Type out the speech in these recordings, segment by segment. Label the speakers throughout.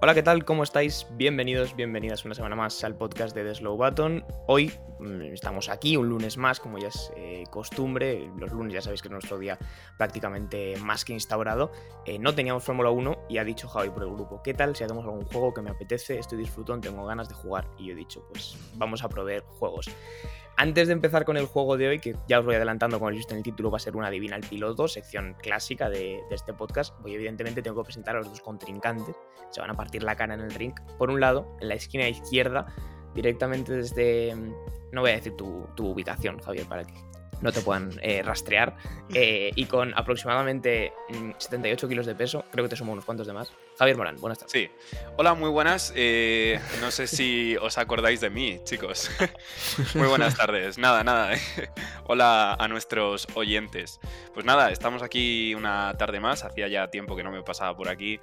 Speaker 1: Hola, ¿qué tal? ¿Cómo estáis? Bienvenidos, bienvenidas una semana más al podcast de The Slow Button. Hoy mm, estamos aquí, un lunes más, como ya es eh, costumbre. Los lunes ya sabéis que es nuestro día prácticamente más que instaurado. Eh, no teníamos Fórmula 1 y ha dicho Javi por el grupo, ¿qué tal si hacemos algún juego que me apetece? Estoy disfrutón, tengo ganas de jugar. Y yo he dicho, pues vamos a proveer juegos. Antes de empezar con el juego de hoy, que ya os voy adelantando como he visto en el título, va a ser una Adivina al Piloto, sección clásica de, de este podcast, hoy evidentemente tengo que presentar a los dos contrincantes, se van a partir la cara en el ring. Por un lado, en la esquina izquierda, directamente desde... No voy a decir tu, tu ubicación, Javier, para que no te puedan eh, rastrear. eh, y con aproximadamente mm, 78 kilos de peso, creo que te sumo unos cuantos de más. Javier Morán, buenas tardes.
Speaker 2: Sí. Hola, muy buenas. eh, no sé si os acordáis de mí, chicos. muy buenas tardes. Nada, nada. Hola a nuestros oyentes. Pues nada, estamos aquí una tarde más. Hacía ya tiempo que no me pasaba por aquí.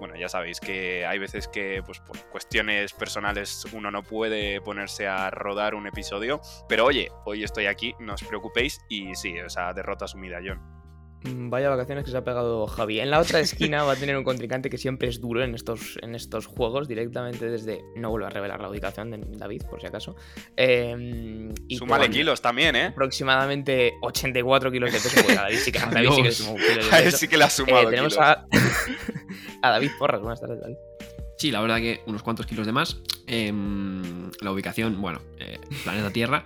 Speaker 2: Bueno, ya sabéis que hay veces que pues, por cuestiones personales uno no puede ponerse a rodar un episodio. Pero oye, hoy estoy aquí, no os preocupéis. Y sí, o sea, derrota asumida, John.
Speaker 1: Mm, Vaya vacaciones que se ha pegado Javi. En la otra esquina va a tener un contrincante que siempre es duro en estos, en estos juegos, directamente desde. No vuelvo a revelar la ubicación de David, por si acaso. Eh, y
Speaker 2: Súmale
Speaker 1: con
Speaker 2: kilos también, ¿eh?
Speaker 1: Aproximadamente 84 kilos de peso. Pues a David sí que, a David sí que
Speaker 3: Dios.
Speaker 1: suma un kilo de
Speaker 2: A él
Speaker 1: peso.
Speaker 2: sí que le ha
Speaker 1: Eh,
Speaker 2: sumado.
Speaker 1: tenemos
Speaker 2: kilos.
Speaker 1: a, a David Porras. Buenas tardes, David.
Speaker 3: Sí, la verdad que unos cuantos kilos de más. Em, la ubicación, bueno, eh, planeta Tierra.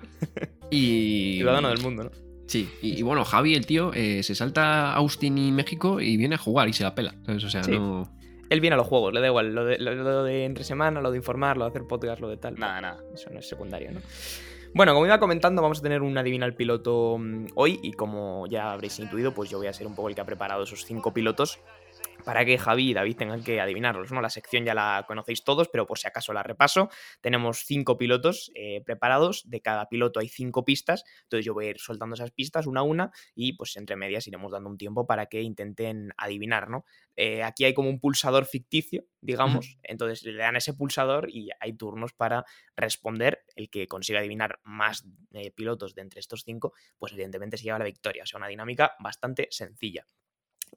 Speaker 3: Y.
Speaker 1: Ciudadano del mundo, ¿no?
Speaker 3: Sí, y, y bueno, Javi, el tío, eh, se salta a Austin y México y viene a jugar y se la pela. ¿sabes? O sea,
Speaker 1: Sí.
Speaker 3: no.
Speaker 1: Él viene a los juegos, le da igual. Lo de, lo- lo de entre semana, lo de informar, lo de hacer podcast, lo de tal.
Speaker 2: Nada, nada.
Speaker 1: Eso no es secundario, ¿no? Bueno, como iba comentando, vamos a tener un adivina al piloto mm, hoy y como ya habréis intuido, pues yo voy a ser un poco el que ha preparado esos cinco pilotos para que Javi y David tengan que adivinarlos, ¿no? La sección ya la conocéis todos, pero por si acaso la repaso. Tenemos cinco pilotos eh, preparados, de cada piloto hay cinco pistas, entonces yo voy a ir soltando esas pistas una a una y pues entre medias iremos dando un tiempo para que intenten adivinar, ¿no? Eh, aquí hay como un pulsador ficticio, digamos, entonces le dan ese pulsador y hay turnos para responder. El que consiga adivinar más eh, pilotos de entre estos cinco, pues evidentemente se lleva la victoria. O sea, una dinámica bastante sencilla.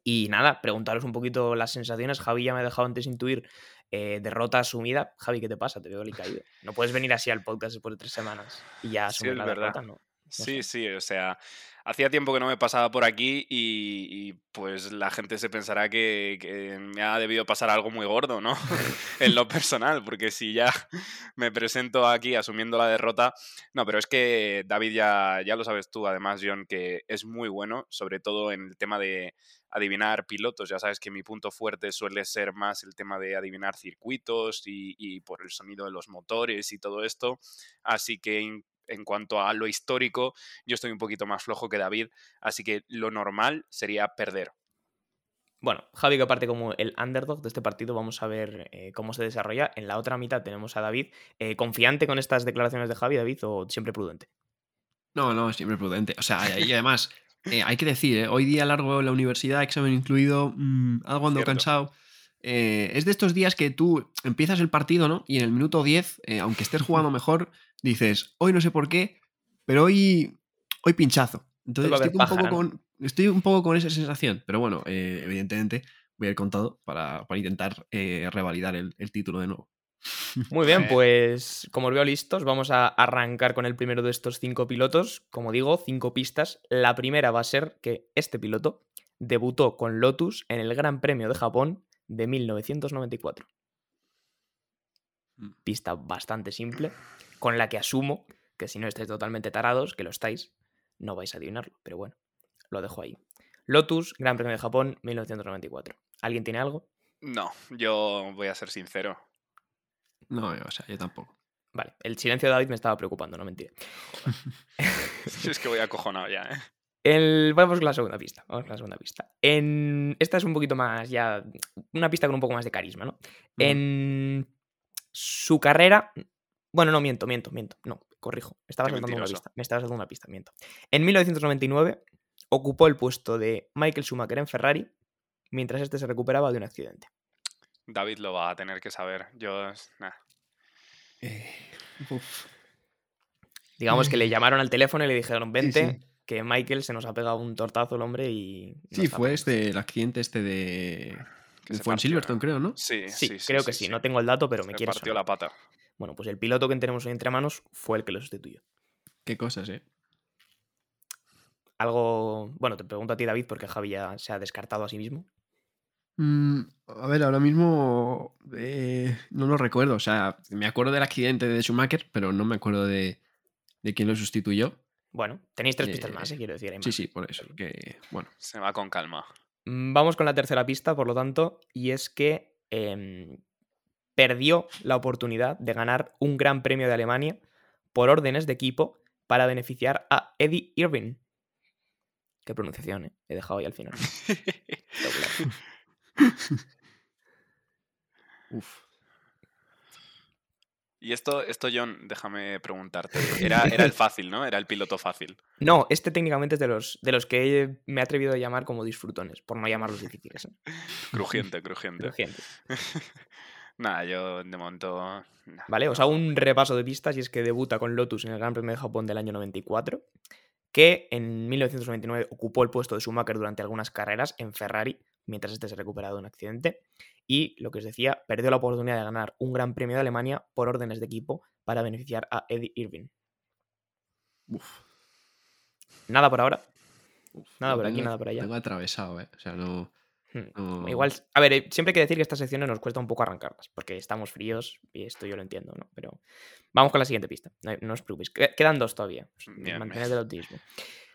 Speaker 1: Y nada, preguntaros un poquito las sensaciones. Javi ya me ha dejado antes intuir eh, derrota asumida. Javi, ¿qué te pasa? Te veo caído. No puedes venir así al podcast después de tres semanas y ya
Speaker 2: Sí,
Speaker 1: asumir
Speaker 2: es
Speaker 1: la
Speaker 2: verdad.
Speaker 1: derrota, ¿no? sé.
Speaker 2: Sí, sí, o sea, hacía tiempo que no me pasaba por aquí y, y, pues la gente se pensará que, que me ha debido pasar algo muy gordo, ¿no? en lo personal, porque si ya me presento aquí asumiendo la derrota, no, pero es que David ya, ya lo sabes tú, además, John, que es muy bueno, sobre todo en el tema de adivinar pilotos, ya sabes que mi punto fuerte suele ser más el tema de adivinar circuitos y, y por el sonido de los motores y todo esto, así que in- en cuanto a lo histórico, yo estoy un poquito más flojo que David, así que lo normal sería perder.
Speaker 1: Bueno, Javi que parte como el underdog de este partido, vamos a ver eh, cómo se desarrolla. En la otra mitad tenemos a David. Eh, ¿Confiante con estas declaraciones de Javi, David, o siempre prudente?
Speaker 3: No, no, siempre prudente. O sea, y además, eh, hay que decir, eh, hoy día largo en la universidad, examen incluido, mm, algo ando
Speaker 2: Cierto.
Speaker 3: cansado. Eh, es de estos días que tú empiezas el partido, ¿no? Y en el minuto 10, eh, aunque estés jugando mejor, dices, hoy no sé por qué, pero hoy, hoy pinchazo. Entonces
Speaker 1: Hoy va a
Speaker 3: estoy
Speaker 1: haber
Speaker 3: un, poco
Speaker 1: paja, ¿no?
Speaker 3: con, estoy un poco con esa sensación. Pero bueno, eh, evidentemente voy a ir contado para, para intentar eh, revalidar el, el título de nuevo.
Speaker 1: Muy bien,
Speaker 2: Eh.
Speaker 1: pues como os veo listos, vamos a arrancar con el primero de estos cinco pilotos. Como digo, cinco pistas. La primera va a ser que este piloto debutó con Lotus en el Gran Premio de Japón de 1994.
Speaker 3: Mm.
Speaker 1: Pista bastante simple, con la que asumo que si no estáis totalmente tarados, que lo estáis, no vais a adivinarlo, pero bueno, lo dejo ahí. Lotus, Gran Premio de Japón, 1994. ¿Alguien tiene algo?
Speaker 2: No, yo voy a ser sincero.
Speaker 3: No, o sea, yo tampoco.
Speaker 1: Vale, el silencio de David me estaba preocupando, no mentiré.
Speaker 2: Es que voy acojonado ya, ¿eh?
Speaker 1: El- Vamos con la segunda pista. Vamos con la segunda pista. En... Esta es un poquito más ya. Una pista con un poco más de carisma, ¿no?
Speaker 3: Ujú.
Speaker 1: En su carrera Bueno, no, miento, miento, miento. No, corrijo. Estaba
Speaker 2: Qué
Speaker 1: saltando
Speaker 2: mentiroso.
Speaker 1: una pista. Me estaba saltando una pista, miento. En 1999 ocupó el puesto de Michael Schumacher en Ferrari mientras este se recuperaba de un accidente.
Speaker 2: David lo va a tener que saber. Yo. es- nah.
Speaker 3: Eh, uf.
Speaker 1: Digamos que
Speaker 3: Mm.
Speaker 1: le llamaron al teléfono y le dijeron, vente,
Speaker 3: sí.
Speaker 1: que Michael se nos ha pegado un tortazo el hombre y... no
Speaker 3: Sí,
Speaker 1: está
Speaker 3: fue
Speaker 1: bien".
Speaker 3: este, el accidente este de...
Speaker 2: Que se
Speaker 3: Fue en
Speaker 2: partió
Speaker 3: Silverstone,
Speaker 2: la-
Speaker 3: creo, ¿no?
Speaker 2: Sí,
Speaker 1: Sí, creo que sí. No tengo el dato, pero me
Speaker 2: Se
Speaker 1: quiero
Speaker 2: partió
Speaker 1: sonar.
Speaker 2: la pata.
Speaker 1: Bueno, pues el piloto que tenemos hoy entre manos fue el que lo sustituyó.
Speaker 3: Qué cosas, ¿eh?
Speaker 1: Algo... Bueno, te pregunto a ti, David, porque Javi ya se ha descartado a sí mismo.
Speaker 3: Mm, a ver, ahora mismo eh, no lo recuerdo. O sea, me acuerdo del accidente de Schumacher, pero no me acuerdo de, de quién lo sustituyó.
Speaker 1: Bueno, tenéis tres pistas más,
Speaker 3: Eh,
Speaker 1: eh, quiero decir. hay
Speaker 3: Sí,
Speaker 1: más.
Speaker 3: sí, por eso. Que, bueno,
Speaker 2: Se va con calma.
Speaker 1: Mm, Vamos con la tercera pista, por lo tanto, y es que em, perdió la oportunidad de ganar un gran premio de Alemania por órdenes de equipo para beneficiar a Eddie Irving. Qué pronunciación, eh, he dejado ahí al final. Espectacular.
Speaker 3: uff.
Speaker 2: y esto, esto, John, déjame preguntarte. Era, era el fácil, ¿no? Era el piloto fácil.
Speaker 1: No, este técnicamente es de los, de los que me he atrevido a llamar como disfrutones, por no llamarlos difíciles. ¿eh?
Speaker 2: Crujiente, crujiente.
Speaker 1: Crujiente.
Speaker 2: Nada, yo de momento. nah.
Speaker 1: Vale, os hago un repaso de pistas y es que debuta con Lotus en el Gran Premio de Japón del año 94, que en 1999 ocupó el puesto de Schumacher durante algunas carreras en Ferrari, mientras este se recuperaba de un accidente, y lo que os decía, perdió la oportunidad de ganar un Gran Premio de Alemania por órdenes de equipo para beneficiar a Eddie Irving. Nada por ahora. Nada por aquí, nada por allá.
Speaker 3: Tengo atravesado, ¿eh? O sea, no.
Speaker 1: Hmm.
Speaker 3: no-
Speaker 1: Igual, a ver, eh, siempre hay que decir que estas secciones nos cuesta un poco arrancarlas, porque estamos fríos y esto yo lo entiendo, ¿no? Pero vamos con la siguiente pista, no, hay- no os preocupéis. que- Quedan dos todavía, pues,
Speaker 2: Bien,
Speaker 1: mantened el optimismo.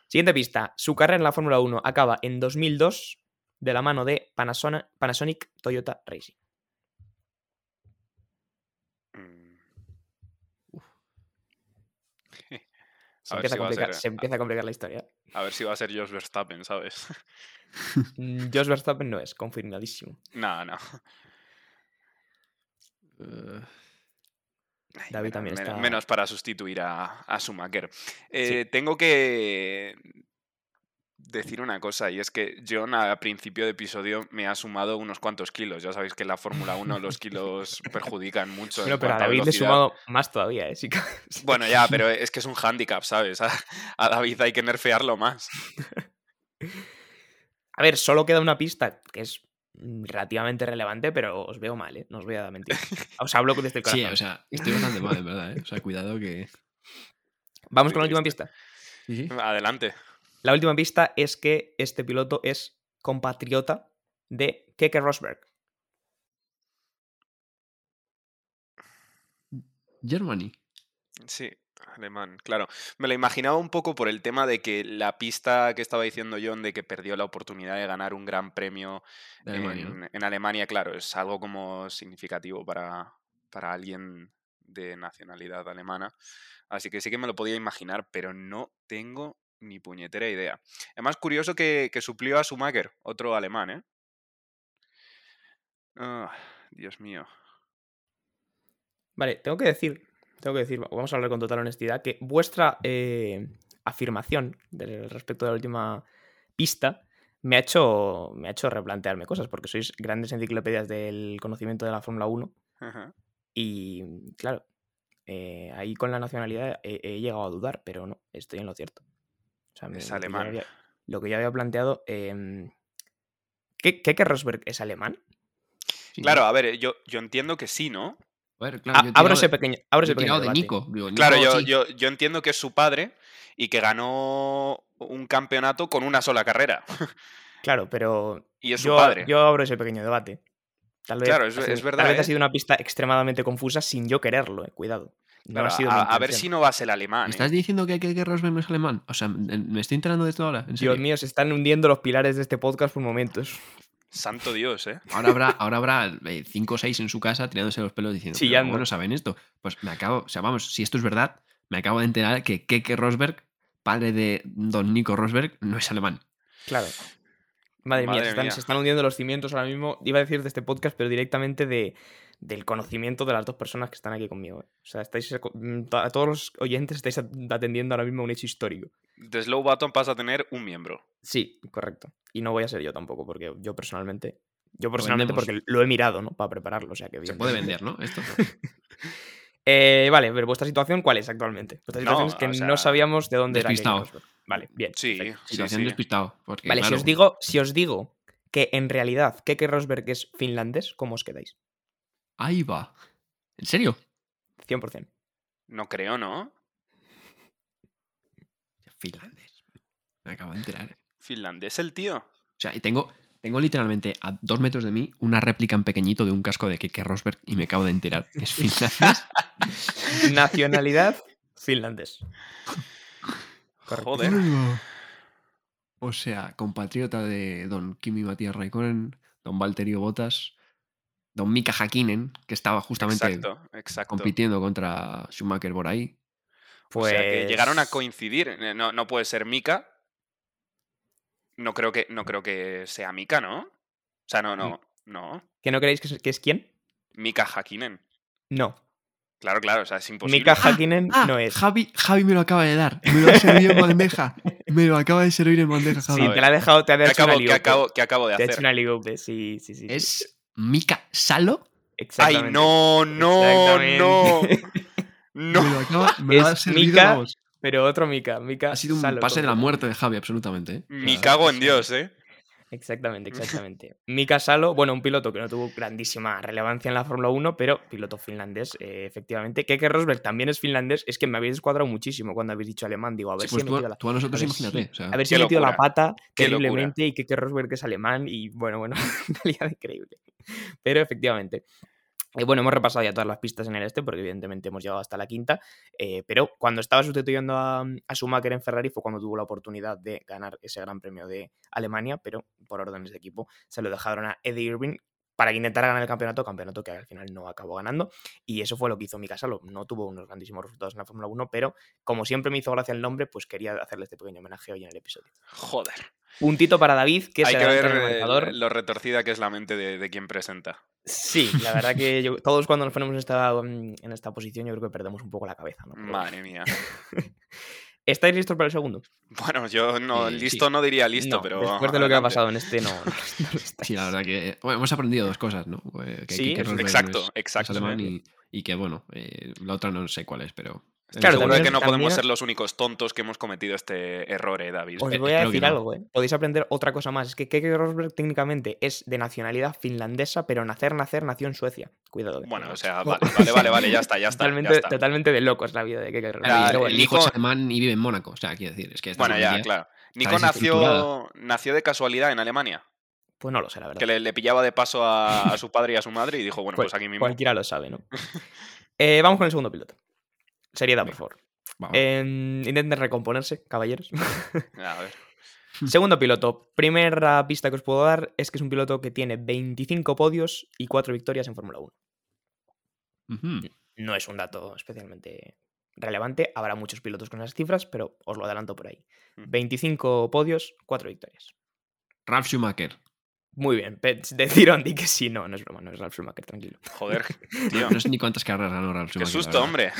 Speaker 1: Siguiente pista, su carrera en la Fórmula 1 acaba en 2002 de la mano de Panasona- Panasonic Toyota Racing.
Speaker 2: Mm.
Speaker 1: Se,
Speaker 2: A ver
Speaker 1: empieza,
Speaker 2: si
Speaker 1: a
Speaker 2: va a
Speaker 1: complicar,
Speaker 2: ser- ah.
Speaker 1: se empieza a complicar la historia.
Speaker 2: A ver si va a ser Jos Verstappen, ¿sabes?
Speaker 1: Mm, Jos Verstappen no es, confirmadísimo.
Speaker 2: Nada, no.
Speaker 3: eh,
Speaker 2: Ay,
Speaker 1: David
Speaker 2: menos-
Speaker 1: también
Speaker 2: men-
Speaker 1: está-
Speaker 2: Menos para sustituir a, a Schumacher. Eh, Tengo que decir una cosa, y es que John al principio de episodio me ha sumado unos cuantos kilos. Ya sabéis que en la Fórmula 1 los kilos perjudican mucho. en
Speaker 1: Bueno, pero a
Speaker 2: cuanto
Speaker 1: David le he
Speaker 2: velocidad.
Speaker 1: sumado más todavía, ¿eh? Sí, que-
Speaker 2: Bueno, ya, pero es que es un hándicap, ¿sabes? A, a David hay que nerfearlo más.
Speaker 1: A ver, solo queda una pista que es mm, relativamente relevante, pero os veo mal, ¿eh? No os voy a mentir. Os hablo desde el corazón.
Speaker 3: Sí, o sea, estoy bastante mal, en verdad, ¿eh? O sea, cuidado que.
Speaker 1: Vamos con la última pista.
Speaker 3: Sí, sí.
Speaker 2: Adelante.
Speaker 1: La última pista es que este piloto es compatriota de Keke Rosberg.
Speaker 3: Germany.
Speaker 2: Sí, alemán, claro. Me lo imaginaba un poco por el tema de que la pista que estaba diciendo John de que perdió la oportunidad de ganar un gran premio
Speaker 1: Eh,
Speaker 3: De Alemania, ¿no?
Speaker 1: mm,
Speaker 2: en, en Alemania, claro, es algo como significativo para, para alguien de nacionalidad alemana. Así que sí que me lo podía imaginar, pero no tengo ni puñetera idea. Además, curioso que, que suplió a Schumacher, otro alemán, ¿eh? Ah, Dios mío.
Speaker 1: Vale, tengo que decir, tengo que decir, vamos a hablar con total honestidad, que vuestra eh, afirmación del, respecto de la última pista me ha, hecho, me ha hecho replantearme cosas, porque sois grandes enciclopedias del conocimiento de la Fórmula 1
Speaker 2: Ajá.
Speaker 1: y, mm, claro, eh, ahí con la nacionalidad he, he llegado a dudar, pero no, estoy en lo cierto. O sea, me-
Speaker 2: Es
Speaker 1: lo que yo
Speaker 2: alemán.
Speaker 1: había- lo que ya había planteado... em, ¿Qué, qué, qué Rosberg es alemán?
Speaker 3: Sí,
Speaker 2: Claro, a ver, yo, yo entiendo que sí, ¿no?
Speaker 3: A ver,
Speaker 1: Ah,
Speaker 3: claro. yo he
Speaker 1: abro
Speaker 3: tirado
Speaker 1: ese
Speaker 3: de-
Speaker 1: pequeño, abro
Speaker 3: yo
Speaker 1: ese
Speaker 3: he
Speaker 1: pequeño
Speaker 3: tirado de
Speaker 1: debate.
Speaker 3: Nico. digo,
Speaker 2: Claro, yo,
Speaker 3: Nico, sí.
Speaker 2: yo, yo entiendo que es su padre y que ganó un campeonato con una sola carrera.
Speaker 1: Claro, pero
Speaker 2: Y es su
Speaker 1: yo,
Speaker 2: padre.
Speaker 1: yo abro ese pequeño debate. Tal vez,
Speaker 2: Claro, es-
Speaker 1: ha
Speaker 2: es
Speaker 1: sido-
Speaker 2: verdad,
Speaker 1: Tal vez
Speaker 2: ¿eh?
Speaker 1: ha sido una pista extremadamente confusa sin yo quererlo, eh, cuidado. No
Speaker 2: Claro,
Speaker 1: ha sido mi
Speaker 2: a, a ver si
Speaker 1: intención.
Speaker 2: no va a ser alemán. ¿eh?
Speaker 3: ¿Estás diciendo que que que Rosberg no es alemán? O sea, me me estoy enterando de esto ahora. en
Speaker 1: Dios
Speaker 3: serio.
Speaker 1: mío, se están hundiendo los pilares de este podcast por momentos.
Speaker 2: Santo Dios, ¿eh?
Speaker 3: Ahora habrá, ahora habrá eh, cinco o seis en su casa tirándose los pelos diciendo, "Pero
Speaker 1: Chillando.
Speaker 3: ¿cómo no saben esto? Pues me acabo, o sea, vamos, si esto es verdad, me acabo de enterar que Keke Rosberg, padre de don Nico Rosberg, no es alemán.
Speaker 1: Claro. Madre, mía,
Speaker 2: Madre
Speaker 1: se están,
Speaker 2: mía.
Speaker 1: se están hundiendo los cimientos ahora mismo. Iba a decir de este podcast, pero directamente de, del conocimiento de las dos personas que están aquí conmigo. eh. O sea, estáis mm, to- a todos los oyentes estáis at- atendiendo ahora mismo a un hecho histórico.
Speaker 2: De Slow Button pasa a tener un miembro.
Speaker 1: Sí, correcto. Y no voy a ser yo tampoco, porque yo personalmente. Yo personalmente,
Speaker 3: vendemos.
Speaker 1: porque lo he mirado, ¿no? Para prepararlo, o sea que
Speaker 3: Se puede
Speaker 1: evidentemente-
Speaker 3: vender, ¿no? Esto.
Speaker 1: Eh, vale, pero vuestra situación, ¿cuál es actualmente? Vuestra
Speaker 2: No,
Speaker 1: situación es que
Speaker 2: o sea,
Speaker 1: no sabíamos de dónde
Speaker 3: despistado.
Speaker 1: era. que íbamos. Vale, bien.
Speaker 2: Sí,
Speaker 1: perfecto.
Speaker 2: sí,
Speaker 3: Situación
Speaker 2: sí.
Speaker 3: despistado. Porque,
Speaker 1: Vale, si
Speaker 3: claro,
Speaker 1: os digo, si os digo que en realidad Keke Rosberg es finlandés, ¿cómo os quedáis?
Speaker 3: Ahí va. ¿En serio?
Speaker 1: 100%.
Speaker 2: No creo, ¿no?
Speaker 3: Finlandés. Me acabo de enterar.
Speaker 2: Finlandés el tío.
Speaker 3: O sea, y tengo, tengo literalmente a dos metros de mí una réplica en pequeñito de un casco de Keke Rosberg y me acabo de enterar. Es finlandés.
Speaker 1: Nacionalidad finlandés. Correcto.
Speaker 2: Joder.
Speaker 3: O sea, compatriota de don Kimi Matías Raikkonen, don Valterio Botas, don Mika Hakkinen, que estaba justamente
Speaker 2: Exacto, exacto.
Speaker 3: compitiendo contra Schumacher por ahí.
Speaker 2: O
Speaker 1: Pues
Speaker 2: sea, que llegaron a coincidir. Eh, No, no puede ser Mika. No creo que, no creo que sea Mika, ¿no? O sea, no, no, no.
Speaker 1: ¿Que no creéis que es, que es quién?
Speaker 2: Mika Hakkinen.
Speaker 1: No.
Speaker 2: Claro, claro, o sea, es imposible.
Speaker 1: Mika Hakkinen
Speaker 3: Ah,
Speaker 1: no es.
Speaker 3: Javi, Javi me lo acaba de dar. Me lo ha servido en bandeja. Me lo acaba de servir en bandeja, Javi.
Speaker 1: Sí, te la ha dejado, te ha
Speaker 2: ¿Qué
Speaker 1: hecho
Speaker 2: acabo,
Speaker 1: una
Speaker 2: qué
Speaker 1: liope.
Speaker 2: acabo- qué acabo de
Speaker 1: Te ha hecho
Speaker 2: hacer?
Speaker 1: una liope, sí, sí, sí. sí.
Speaker 3: Es Mika Salo.
Speaker 2: ¡Ay,
Speaker 1: Exactamente.
Speaker 2: no, no, no!
Speaker 1: Exactamente.
Speaker 2: ¡No!
Speaker 3: Me lo, acaba, me lo
Speaker 1: Es
Speaker 3: ha servido.
Speaker 1: Mika-
Speaker 3: vamos.
Speaker 1: Pero otro Mika, Mika.
Speaker 3: Ha sido un
Speaker 1: Salo,
Speaker 3: pase de la
Speaker 1: correcto.
Speaker 3: muerte de Javi, absolutamente. ¿eh? O
Speaker 2: Me
Speaker 3: sea,
Speaker 2: cago en Dios, ¿eh?
Speaker 1: Exactamente, exactamente. Mika Salo, bueno, un piloto que no tuvo grandísima relevancia en la Fórmula 1, pero piloto finlandés, eh, efectivamente. Keke Rosberg también es finlandés. Es que me habéis descuadrado muchísimo cuando habéis dicho alemán. Digo, a ver
Speaker 3: sí,
Speaker 1: si
Speaker 3: pues
Speaker 1: he
Speaker 3: tú,
Speaker 1: metido la,
Speaker 3: tú a
Speaker 1: a ver
Speaker 3: nosotros
Speaker 1: si-
Speaker 3: imagínate. o sea,
Speaker 1: a ver si
Speaker 2: Qué
Speaker 1: he metido la
Speaker 2: locura,
Speaker 1: pata
Speaker 2: qué locura.
Speaker 1: terriblemente y Keke Rosberg que es alemán y bueno, bueno, en realidad increíble. Pero efectivamente. Eh, bueno, hemos repasado ya todas las pistas en el este, porque evidentemente hemos llegado hasta la quinta, eh, pero cuando estaba sustituyendo a, mm, a Schumacher en Ferrari fue cuando tuvo la oportunidad de ganar ese gran premio de Alemania, pero por órdenes de equipo se lo dejaron a Eddie Irving para que intentara ganar el campeonato, campeonato que al final no acabó ganando, y eso fue lo que hizo Mika Salo, no tuvo unos grandísimos resultados en la Fórmula 1, pero como siempre me hizo gracia el nombre, pues quería hacerle este pequeño homenaje hoy en el episodio.
Speaker 2: Joder.
Speaker 1: Puntito para David, que
Speaker 2: Hay
Speaker 1: se
Speaker 2: que ver
Speaker 1: adelanta en el
Speaker 2: eh,
Speaker 1: marcador.
Speaker 2: lo retorcida que es la mente de, de quien presenta.
Speaker 1: Sí, la verdad que yo- todos cuando nos ponemos en esta, mm, en esta posición yo creo que perdemos un poco la cabeza. ¿no? Pero bueno.
Speaker 2: Madre mía.
Speaker 1: ¿Estáis listos para el segundo?
Speaker 2: Bueno, yo no,
Speaker 3: Eh, sí.
Speaker 2: listo no diría listo,
Speaker 1: No,
Speaker 2: pero.
Speaker 1: Después de lo que ha
Speaker 2: adelante.
Speaker 1: pasado en este, no, no, no lo estáis.
Speaker 3: Sí, la verdad que bueno, hemos aprendido dos cosas, ¿no? Eh, Que
Speaker 1: Sí,
Speaker 3: Keke
Speaker 1: eso-
Speaker 3: Rosberg no
Speaker 2: Exacto,
Speaker 3: es- no es
Speaker 2: exacto,
Speaker 3: alemán
Speaker 2: ¿eh?
Speaker 3: y, y que, bueno, eh, la otra no sé cuál es, pero.
Speaker 1: Claro,
Speaker 2: Seguro
Speaker 1: también-
Speaker 2: que no podemos
Speaker 1: también-
Speaker 2: ser los únicos tontos que hemos cometido este error, eh, David.
Speaker 1: Os
Speaker 3: Eh,
Speaker 1: voy a
Speaker 3: creo que
Speaker 1: decir
Speaker 3: no.
Speaker 1: algo, ¿eh? Podéis aprender otra cosa más. Es que Keke Rosberg técnicamente es de nacionalidad finlandesa, pero nacer, nacer, nació en Suecia. Cuidado. eh.
Speaker 2: Bueno, o sea, vale, vale, vale, vale, ya está, ya está. ya
Speaker 1: totalmente,
Speaker 2: está.
Speaker 1: totalmente de locos la vida de Keke Rosberg.
Speaker 2: Ah,
Speaker 1: Y luego
Speaker 3: el,
Speaker 1: el
Speaker 3: hijo
Speaker 1: hijo-
Speaker 3: es alemán y vive en Mónaco. O sea, quiero decir, es que. esta
Speaker 2: Bueno, ya,
Speaker 3: familia-
Speaker 2: claro. Nico
Speaker 3: cabeza
Speaker 2: nació,
Speaker 3: triturada.
Speaker 2: nació de casualidad en Alemania,
Speaker 1: Pues no lo sé, la verdad.
Speaker 2: que le, le pillaba de paso a, a su padre y a su madre y dijo, bueno,
Speaker 1: Cual-
Speaker 2: pues aquí mismo.
Speaker 1: Cualquiera lo sabe, ¿no? Eh, vamos con el segundo piloto. Seriedad, por
Speaker 3: Venga.
Speaker 1: favor.
Speaker 3: Vamos.
Speaker 1: Eh, intenten recomponerse, caballeros.
Speaker 2: A ver.
Speaker 1: Segundo piloto. Primera pista que os puedo dar es que es un piloto que tiene 25 podios y 4 victorias en Fórmula 1.
Speaker 3: Ujú.
Speaker 1: No es un dato especialmente relevante. Habrá muchos pilotos con esas cifras, pero os lo adelanto por ahí.
Speaker 2: Ujú.
Speaker 1: 25 podios, 4 victorias.
Speaker 3: Ralf Schumacher.
Speaker 1: Muy bien. pe- Decir Andy que sí, no, no es broma, no es Ralf Schumacher, tranquilo.
Speaker 2: Joder, tío.
Speaker 3: No sé ni cuántas carreras ganó Ralf
Speaker 2: Qué
Speaker 3: Schumacher. la
Speaker 2: susto,
Speaker 3: verdad.
Speaker 2: hombre.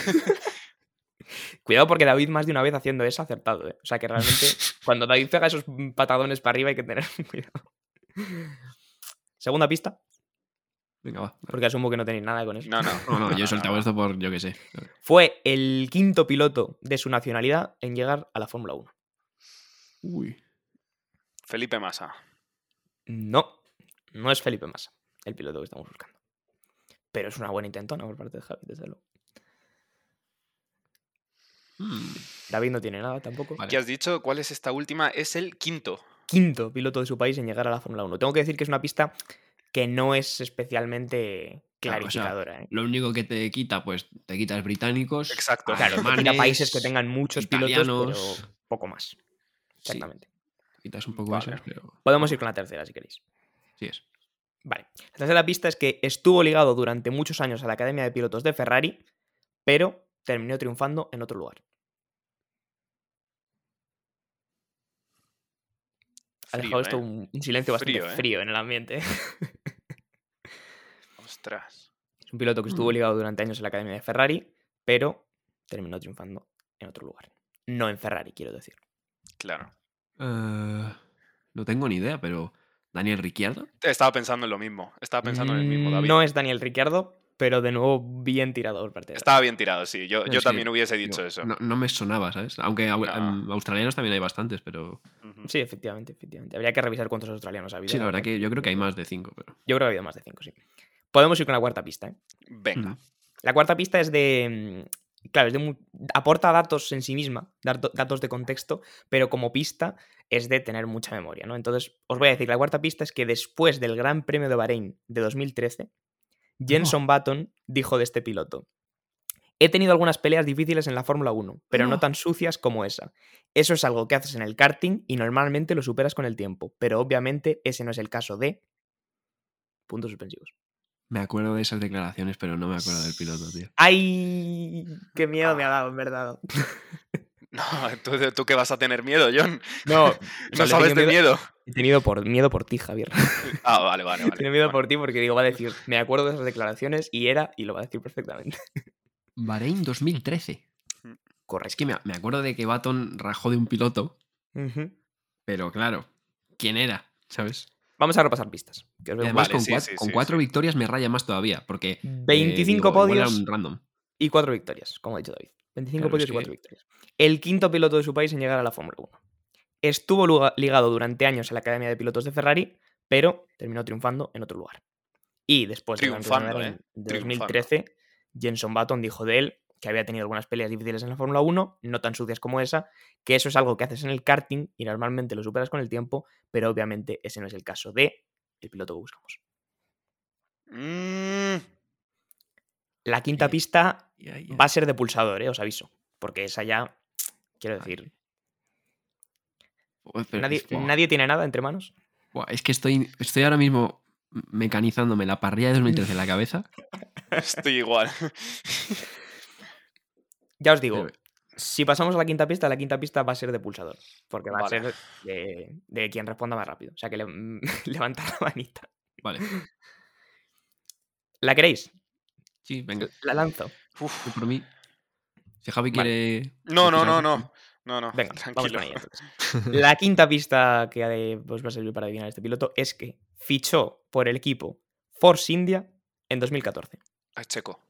Speaker 1: Cuidado porque David más de una vez haciendo eso ha acertado, ¿eh? O sea que realmente cuando David pega esos patadones para arriba hay que tener cuidado. Segunda pista,
Speaker 3: Venga, va.
Speaker 1: porque asumo que no tenéis nada con eso.
Speaker 2: No, no.
Speaker 3: No, no, yo he soltado
Speaker 2: no.
Speaker 3: esto por yo qué sé.
Speaker 1: Fue el quinto piloto de su nacionalidad en llegar a la Fórmula 1.
Speaker 3: Uy.
Speaker 2: Felipe Massa.
Speaker 1: No, no es Felipe Massa, el piloto que estamos buscando. Pero es una buena intentona por parte de Javi, desde luego.
Speaker 3: Mm.
Speaker 1: David no tiene nada tampoco.
Speaker 3: Vale.
Speaker 2: ¿Qué has dicho? ¿Cuál es esta última? Es el quinto.
Speaker 1: Quinto piloto de su país en llegar a la Fórmula 1. Tengo que decir que es una pista que no es especialmente
Speaker 3: Claro, o sea,
Speaker 1: clarificadora. ¿eh?
Speaker 3: Lo único que te quita, pues te quitas británicos.
Speaker 2: Exacto.
Speaker 1: Claro, te tira
Speaker 3: alemanes,
Speaker 1: países que tengan muchos pilotos,
Speaker 3: italianos.
Speaker 1: pero poco más.
Speaker 3: Sí,
Speaker 1: Exactamente.
Speaker 3: quitas un poco
Speaker 2: Vale.
Speaker 3: esos, pero
Speaker 1: Podemos ir con la tercera si queréis.
Speaker 3: sí es.
Speaker 1: Vale. La tercera pista es que estuvo ligado durante muchos años a la Academia de Pilotos de Ferrari, pero terminó triunfando en otro lugar. Ha
Speaker 2: Frío,
Speaker 1: dejado esto
Speaker 2: ¿eh?
Speaker 1: un, un silencio bastante
Speaker 2: Frío, ¿eh?
Speaker 1: frío en el ambiente.
Speaker 2: Ostras.
Speaker 1: Es un piloto que estuvo
Speaker 3: Mm.
Speaker 1: ligado durante años en la academia de Ferrari, pero terminó triunfando en otro lugar. No en Ferrari, quiero decir.
Speaker 2: Claro.
Speaker 3: Eh, no tengo ni idea, pero. ¿Daniel Ricciardo?
Speaker 2: Estaba pensando en lo mismo. Estaba pensando en el mismo,
Speaker 1: Mm,
Speaker 2: David.
Speaker 1: No es Daniel Ricciardo, pero de nuevo bien tirado por parte de
Speaker 2: Estaba bien tirado, sí. Yo,
Speaker 3: Pero
Speaker 2: yo
Speaker 3: es que,
Speaker 2: también hubiese dicho
Speaker 3: Digo,
Speaker 2: eso.
Speaker 3: No, no me sonaba, ¿sabes? Aunque au-
Speaker 2: No.
Speaker 3: em, australianos también hay bastantes, pero.
Speaker 2: Ujú.
Speaker 1: Ferrari. Sí, efectivamente, efectivamente. Habría que revisar cuántos australianos ha habido.
Speaker 3: Sí, la
Speaker 1: ¿no?
Speaker 2: eh.
Speaker 3: verdad que yo creo que hay más de cinco, pero.
Speaker 1: Yo creo que ha habido más de cinco, sí. Podemos ir con la cuarta pista. ¿eh?
Speaker 2: Venga.
Speaker 3: Mm.
Speaker 1: La cuarta pista es de. mm, Claro, es de mu- aporta datos en sí misma, dato- datos de contexto, pero como pista es de tener mucha memoria, ¿no? Entonces, os voy a decir, la cuarta pista es que después del Gran Premio de Bahrein de 2013, Jenson Button dijo de este piloto, he tenido algunas peleas difíciles en la Fórmula 1, pero no
Speaker 3: Oh.
Speaker 1: tan sucias como esa. Eso es algo que haces en el karting y normalmente lo superas con el tiempo, pero obviamente ese no es el caso de... Puntos suspensivos.
Speaker 3: Me acuerdo de esas declaraciones, pero no me acuerdo del piloto, tío.
Speaker 1: ¡Ay! ¡Qué miedo me ha dado, en verdad!
Speaker 2: No, tú, tú que vas a tener miedo, John.
Speaker 1: No,
Speaker 2: No sabes de miedo.
Speaker 1: He tenido por, miedo por ti, Javier.
Speaker 2: Ah, vale, vale,
Speaker 1: He
Speaker 2: vale.
Speaker 1: tenido miedo
Speaker 2: Bueno,
Speaker 1: por ti porque digo, va a decir, me acuerdo de esas declaraciones y era, y lo va a decir perfectamente.
Speaker 3: Bahrein 2013. Es
Speaker 1: Correcto.
Speaker 3: que me, me acuerdo de que Baton rajó de un piloto,
Speaker 1: Ujú.
Speaker 3: pero claro, ¿quién era? ¿Sabes?
Speaker 1: Vamos a repasar pistas. que os
Speaker 3: Y
Speaker 1: veo
Speaker 3: además,
Speaker 2: Vale,
Speaker 3: con,
Speaker 2: sí,
Speaker 3: cuat-
Speaker 2: sí,
Speaker 3: con
Speaker 2: sí,
Speaker 3: cuatro
Speaker 2: sí.
Speaker 3: victorias me raya más todavía, porque. eh,
Speaker 1: 25
Speaker 3: digo, igual era
Speaker 1: podios
Speaker 3: un random.
Speaker 1: y 4 victorias, como ha dicho David. 25
Speaker 3: Claro,
Speaker 1: podios
Speaker 3: es
Speaker 1: y 4
Speaker 3: que-
Speaker 1: victorias. El quinto piloto de su país en llegar a la Fórmula 1. Estuvo luga- ligado durante años a la Academia de Pilotos de Ferrari, pero terminó triunfando en otro lugar. Y después del Gran Premio
Speaker 2: Triunfando,
Speaker 1: Bahrein
Speaker 2: ¿eh?
Speaker 1: de
Speaker 2: Triunfando.
Speaker 1: 2013, Jenson Button dijo de él que había tenido algunas peleas difíciles en la Fórmula 1, no tan sucias como esa, que eso es algo que haces en el karting y normalmente lo superas con el tiempo, pero obviamente ese no es el caso de el piloto que buscamos.
Speaker 2: mm,
Speaker 1: La quinta
Speaker 3: Bien.
Speaker 1: pista
Speaker 3: Ya, ya.
Speaker 1: Va a ser de pulsador, ¿eh? os aviso. Porque esa ya, quiero decir,
Speaker 3: Joder, pero
Speaker 1: nadie,
Speaker 3: es que-
Speaker 1: nadie tiene nada entre manos.
Speaker 3: Buah, es que estoy, estoy ahora mismo mecanizándome la parrilla de 2013 en la cabeza.
Speaker 2: estoy igual.
Speaker 1: Ya os digo,
Speaker 3: Pero-
Speaker 1: si pasamos a la quinta pista, la quinta pista va a ser de pulsador. Porque va a
Speaker 2: Vale.
Speaker 1: ser de, de quien responda más rápido. O sea, que le, levantar la manita.
Speaker 3: Vale.
Speaker 1: ¿La queréis?
Speaker 3: Sí, venga.
Speaker 1: La lanzo.
Speaker 2: Uf.
Speaker 3: Tú por mí. Si Javi
Speaker 1: Vale.
Speaker 3: quiere.
Speaker 2: No, no,
Speaker 3: decir
Speaker 2: no,
Speaker 3: algo,
Speaker 2: no. No, no.
Speaker 1: Venga, vamos
Speaker 2: tranquilo.
Speaker 1: con ella. entonces. La quinta pista que ha de- os va a servir para adivinar este piloto es que fichó por el equipo Force India en 2014.
Speaker 2: Ah, es checo.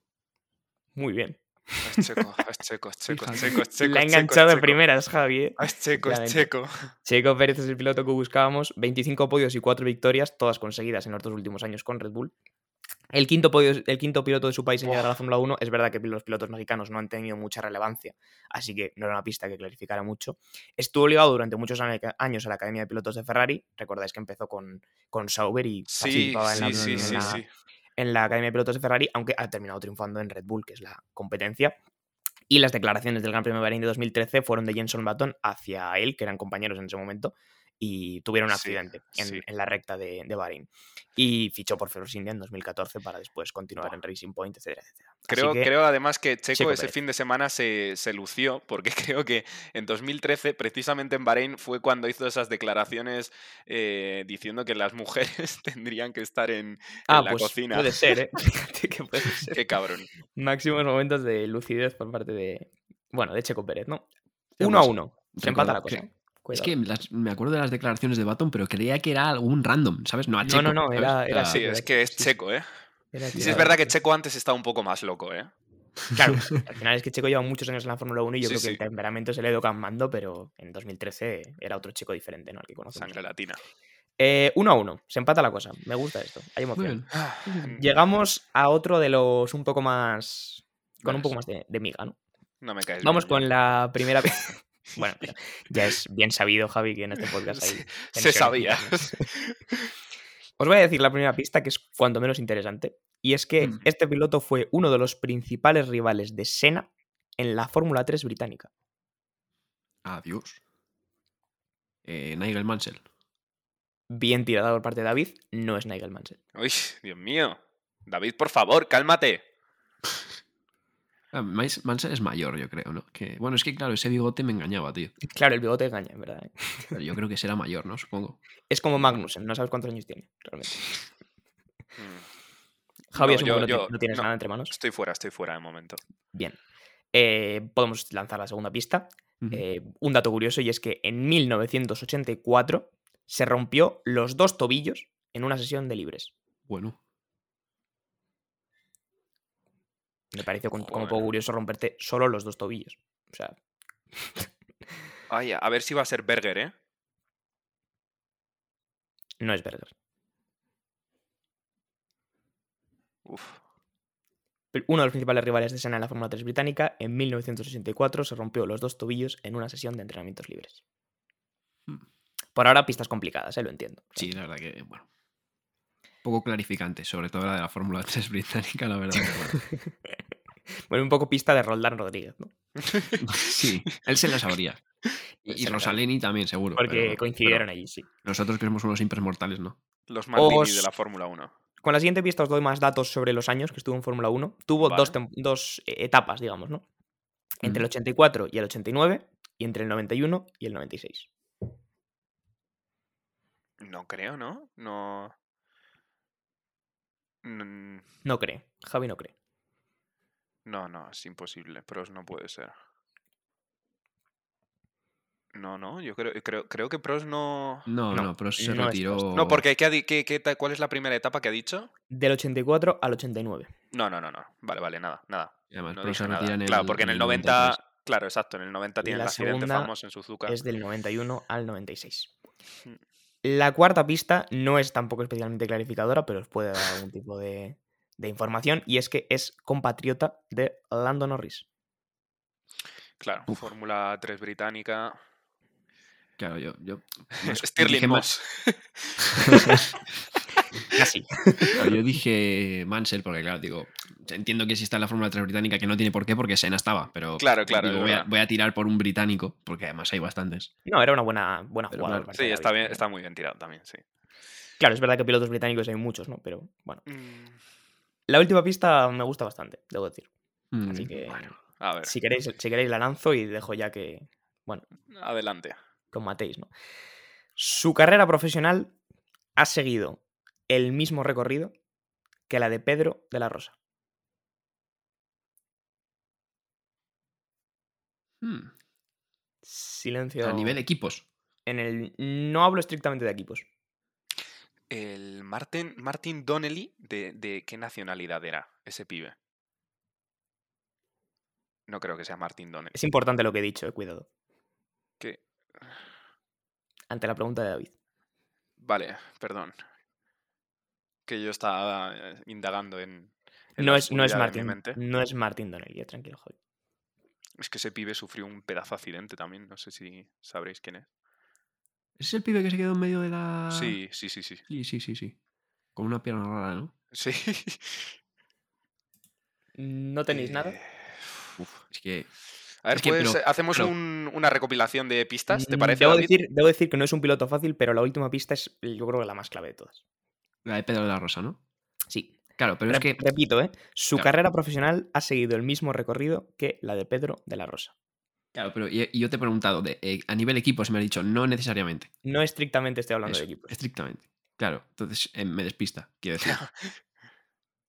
Speaker 1: Muy bien.
Speaker 2: ah, Es checo, ah, es checo, es checo, es
Speaker 3: Fíjate.
Speaker 2: checo, es checo.
Speaker 1: la ha
Speaker 2: es checo, es
Speaker 1: enganchado de
Speaker 2: checo.
Speaker 1: primeras, Javi. ¿eh?
Speaker 2: Ah, Es checo, es
Speaker 1: Efectivamente.
Speaker 2: checo.
Speaker 1: Checo Pérez es el piloto que buscábamos. 25 podios y 4 victorias, todas conseguidas en los dos últimos años con Red Bull. El quinto, podio- el quinto piloto de su país en llegar a la Fórmula 1. Es verdad que los pilotos mexicanos no han tenido mucha relevancia, así que no era una pista que clarificara mucho. Estuvo ligado durante muchos ane- años a la Academia de Pilotos de Ferrari. Recordáis que empezó con, con Sauber y
Speaker 2: Sí,
Speaker 1: participaba en la,
Speaker 2: sí, sí,
Speaker 1: en
Speaker 2: sí,
Speaker 1: la-
Speaker 2: sí.
Speaker 1: en la Academia de Pilotos de Ferrari, aunque ha terminado triunfando en Red Bull, que es la competencia. Y las declaraciones del Gran Premio de Bahrein de 2013 fueron de Jenson Button hacia él, que eran compañeros en ese momento, y tuvieron un
Speaker 2: Sí,
Speaker 1: accidente en,
Speaker 2: sí.
Speaker 1: en la recta de, de Bahrein. Y fichó por Ferros India en 2014 para después continuar
Speaker 2: Buah.
Speaker 1: en Racing Point, etcétera, etcétera. Así
Speaker 2: Creo,
Speaker 1: que,
Speaker 2: creo además que Checo,
Speaker 1: Checo
Speaker 2: ese
Speaker 1: Pérez.
Speaker 2: fin de semana se, se lució, porque creo que en 2013, precisamente en Bahrein, fue cuando hizo esas declaraciones eh, diciendo que las mujeres tendrían que estar en, en
Speaker 1: ah,
Speaker 2: la
Speaker 1: pues
Speaker 2: cocina.
Speaker 1: puede ser, ¿eh? Fíjate que puede ser.
Speaker 2: Qué cabrón.
Speaker 1: Máximos momentos de lucidez por parte de, bueno, de Checo Pérez, ¿no?
Speaker 3: Sí,
Speaker 1: Uno a
Speaker 3: además,
Speaker 1: uno. Se empata la
Speaker 3: recordad-
Speaker 1: cosa.
Speaker 3: sí.
Speaker 1: ¿eh?
Speaker 3: Es
Speaker 1: Cuidado.
Speaker 3: que las- me acuerdo de las declaraciones de Baton, pero creía que era algún random, ¿sabes? No, a
Speaker 1: No,
Speaker 3: Checo,
Speaker 1: no, no,
Speaker 3: ¿sabes?
Speaker 1: era-
Speaker 3: O
Speaker 1: era
Speaker 3: sea,
Speaker 2: Sí, es que es
Speaker 1: sí, sí.
Speaker 2: Checo, ¿eh?
Speaker 1: Era
Speaker 2: Sí, es
Speaker 1: tirado.
Speaker 2: verdad que Checo antes estaba un poco más loco, ¿eh?
Speaker 1: Claro, al final es que Checo lleva muchos años en la Fórmula 1 y yo
Speaker 2: Sí,
Speaker 1: creo que
Speaker 2: sí.
Speaker 1: el temperamento se le ha ido calmando, pero en 2013 era otro Checo diferente, ¿no? Al que conocemos.
Speaker 2: Sangre latina.
Speaker 1: Eh, uno a uno, se empata la cosa. Me gusta esto, hay
Speaker 3: Muy
Speaker 1: emoción.
Speaker 3: bien.
Speaker 1: Llegamos a otro de los un poco más. con un
Speaker 3: Verás.
Speaker 1: poco más de, de miga, ¿no?
Speaker 2: No me caes.
Speaker 1: Vamos
Speaker 2: bien, ¿eh?
Speaker 1: con la primera. bueno, pero ya es bien sabido, Javi, que en este podcast hay.
Speaker 2: Se
Speaker 1: tensiones
Speaker 2: sabía.
Speaker 1: internas. Os voy a decir la primera pista, que es cuanto menos interesante, y es que
Speaker 3: Mm.
Speaker 1: este piloto fue uno de los principales rivales de Senna en la Fórmula 3 británica.
Speaker 3: Adiós. Eh, Nigel Mansell.
Speaker 1: Bien tirada por parte de David, no es Nigel Mansell.
Speaker 2: Uy, Dios mío. David, por favor, cálmate.
Speaker 3: Ah, Mais- Mansell es mayor, yo creo, ¿no? Que, bueno, es que claro, ese bigote me engañaba, tío.
Speaker 1: Claro, el bigote engaña, en verdad. ¿eh?
Speaker 3: Pero yo creo que será mayor, ¿no? Supongo.
Speaker 1: Es como Magnussen, no sabes cuántos años tiene, realmente.
Speaker 2: Mm,
Speaker 1: Javi
Speaker 2: No,
Speaker 1: es un
Speaker 2: yo-
Speaker 1: buen
Speaker 2: yo-
Speaker 1: no tienes
Speaker 2: no.
Speaker 1: nada entre manos.
Speaker 2: Estoy fuera, estoy fuera de momento.
Speaker 1: Bien. Eh, podemos lanzar la segunda pista.
Speaker 3: Ujú.
Speaker 1: Eh, un dato curioso y es que en 1984 se rompió los dos tobillos en una sesión de libres.
Speaker 3: Bueno,
Speaker 1: Me pareció con- como poco
Speaker 2: Joder.
Speaker 1: curioso romperte solo los dos tobillos. O sea,
Speaker 2: Ay, a ver si va a ser Berger, ¿eh?
Speaker 1: no es Berger.
Speaker 2: Uf.
Speaker 1: Pri- Uno de los principales rivales de Senna en la Fórmula 3 británica, en 1984 se rompió los dos tobillos en una sesión de entrenamientos libres.
Speaker 3: Hmm.
Speaker 1: Por ahora, pistas complicadas, eh, lo entiendo.
Speaker 3: sí, la verdad que, bueno. Poco clarificante, sobre todo la de la Fórmula 3 británica, la verdad. pero bueno.
Speaker 1: Bueno, un poco pista de Roldán Rodríguez, ¿no?
Speaker 3: Sí, él se la sabría.
Speaker 1: Él
Speaker 3: Y,
Speaker 1: se
Speaker 3: y
Speaker 1: la
Speaker 3: Rosaleni también, seguro.
Speaker 1: Porque
Speaker 3: pero-
Speaker 1: coincidieron allí, sí.
Speaker 3: pero Nosotros que somos unos impermortales, ¿no?
Speaker 2: Los Martini de
Speaker 1: Os-
Speaker 2: la Fórmula 1.
Speaker 1: Con la siguiente pista os doy más datos sobre los años que estuvo en Fórmula 1. Tuvo
Speaker 2: Vale.
Speaker 1: dos, tem- dos, eh, etapas, digamos, ¿no? Entre el
Speaker 3: Ujú.
Speaker 1: 84 y el 89 y entre el 91 y el 96.
Speaker 2: No creo, ¿no? No. Mm,
Speaker 1: No cree, Javi no cree.
Speaker 2: No, no, es imposible. Pros no puede ser. No, no, yo creo, creo, creo que Pros no.
Speaker 3: No,
Speaker 1: No,
Speaker 3: no, pero se
Speaker 1: no es
Speaker 3: retiró.
Speaker 2: No, porque ¿qué ha di- qué- qué ta- ¿cuál es la primera etapa que ha dicho?
Speaker 1: Del 84 al 89.
Speaker 2: No, no, no, no. Vale, vale, nada, nada.
Speaker 3: Y Además,
Speaker 2: No
Speaker 3: pero
Speaker 2: dije
Speaker 3: se
Speaker 2: nada.
Speaker 3: retira en el,
Speaker 2: Claro, porque en el 90.
Speaker 3: 93.
Speaker 2: Claro, exacto, en el 90 tiene
Speaker 1: La
Speaker 2: el accidente
Speaker 1: segunda
Speaker 2: famoso en Suzuka.
Speaker 1: Es del 91 al 96.
Speaker 2: Hmm.
Speaker 1: La cuarta pista no es tampoco especialmente clarificadora, pero os puede dar algún tipo de, de información. Y es que es compatriota de Lando Norris.
Speaker 2: Claro,
Speaker 3: Uf.
Speaker 2: Fórmula 3 británica.
Speaker 3: Claro, yo. yo
Speaker 2: Stirling
Speaker 3: dije más-
Speaker 2: Moss.
Speaker 1: Casi.
Speaker 3: claro, yo dije Mansell, porque claro, digo, entiendo que si está en la Fórmula 3 británica, que no tiene por qué, porque Senna estaba, pero.
Speaker 2: Claro, claro,
Speaker 3: digo,
Speaker 2: es
Speaker 3: voy, a,
Speaker 2: verdad.
Speaker 3: voy a tirar por un británico, porque además hay bastantes.
Speaker 1: No, era una buena, buena
Speaker 3: Pero
Speaker 1: jugada. por
Speaker 3: claro,
Speaker 1: parte
Speaker 2: Sí,
Speaker 1: de
Speaker 2: está
Speaker 1: David.
Speaker 2: bien, está muy bien tirado también, sí.
Speaker 1: Claro, es verdad que pilotos británicos hay muchos, ¿no? Pero bueno.
Speaker 2: Mm,
Speaker 1: La última pista me gusta bastante, debo decir.
Speaker 3: Mm,
Speaker 1: Así que
Speaker 2: A ver,
Speaker 1: si, queréis, si queréis la lanzo y dejo ya que,
Speaker 2: adelante.
Speaker 1: que os matéis, ¿no? Su carrera profesional ha seguido el mismo recorrido que la de Pedro de la Rosa.
Speaker 3: mm,
Speaker 1: Silencio.
Speaker 3: A nivel equipos.
Speaker 1: En el. No hablo estrictamente de equipos.
Speaker 2: El Martin, Martin Donnelly, de, de qué nacionalidad era ese pibe? No creo que sea Martin Donnelly.
Speaker 1: Es importante lo que he dicho, eh, cuidado.
Speaker 2: ¿Qué?
Speaker 1: Ante la pregunta de David.
Speaker 2: Vale, perdón. Que yo estaba eh, indagando en. en la
Speaker 1: No es, no es
Speaker 2: oscuridad de mi
Speaker 1: Martin.
Speaker 2: mente.
Speaker 1: No es Martin Donnelly, eh, tranquilo, Javi.
Speaker 2: Es que ese pibe sufrió un pedazo accidente también. No sé si sabréis quién es.
Speaker 3: ¿Ese es el pibe que se quedó en medio de la.
Speaker 1: Ah.
Speaker 2: Sí, sí, sí, sí.
Speaker 3: Sí, sí, sí, sí. Con una pierna rara, ¿no?
Speaker 2: Sí.
Speaker 1: ¿No tenéis nada?
Speaker 2: Eh,
Speaker 3: Es que.
Speaker 2: A ver,
Speaker 3: Es que,
Speaker 2: pues
Speaker 3: pero-
Speaker 2: hacemos
Speaker 3: claro.
Speaker 2: un- una recopilación de pistas, ¿te
Speaker 1: Mm,
Speaker 2: parece?
Speaker 1: Debo
Speaker 2: David?
Speaker 1: decir, debo decir que no es un piloto fácil, pero la última pista es yo creo que la más clave de todas.
Speaker 3: La de Pedro de la Rosa, ¿no?
Speaker 1: Sí.
Speaker 3: Claro, pero es que.
Speaker 1: Repito, ¿eh? Su
Speaker 3: Claro.
Speaker 1: carrera profesional ha seguido el mismo recorrido que la de Pedro de la Rosa.
Speaker 3: Claro, pero y, y yo te he preguntado, de, eh, a nivel equipos, y me ha dicho, no necesariamente.
Speaker 1: No estrictamente estoy hablando
Speaker 3: Eso,
Speaker 1: de equipos.
Speaker 3: estrictamente. Claro, entonces eh, me despista, quiero decir.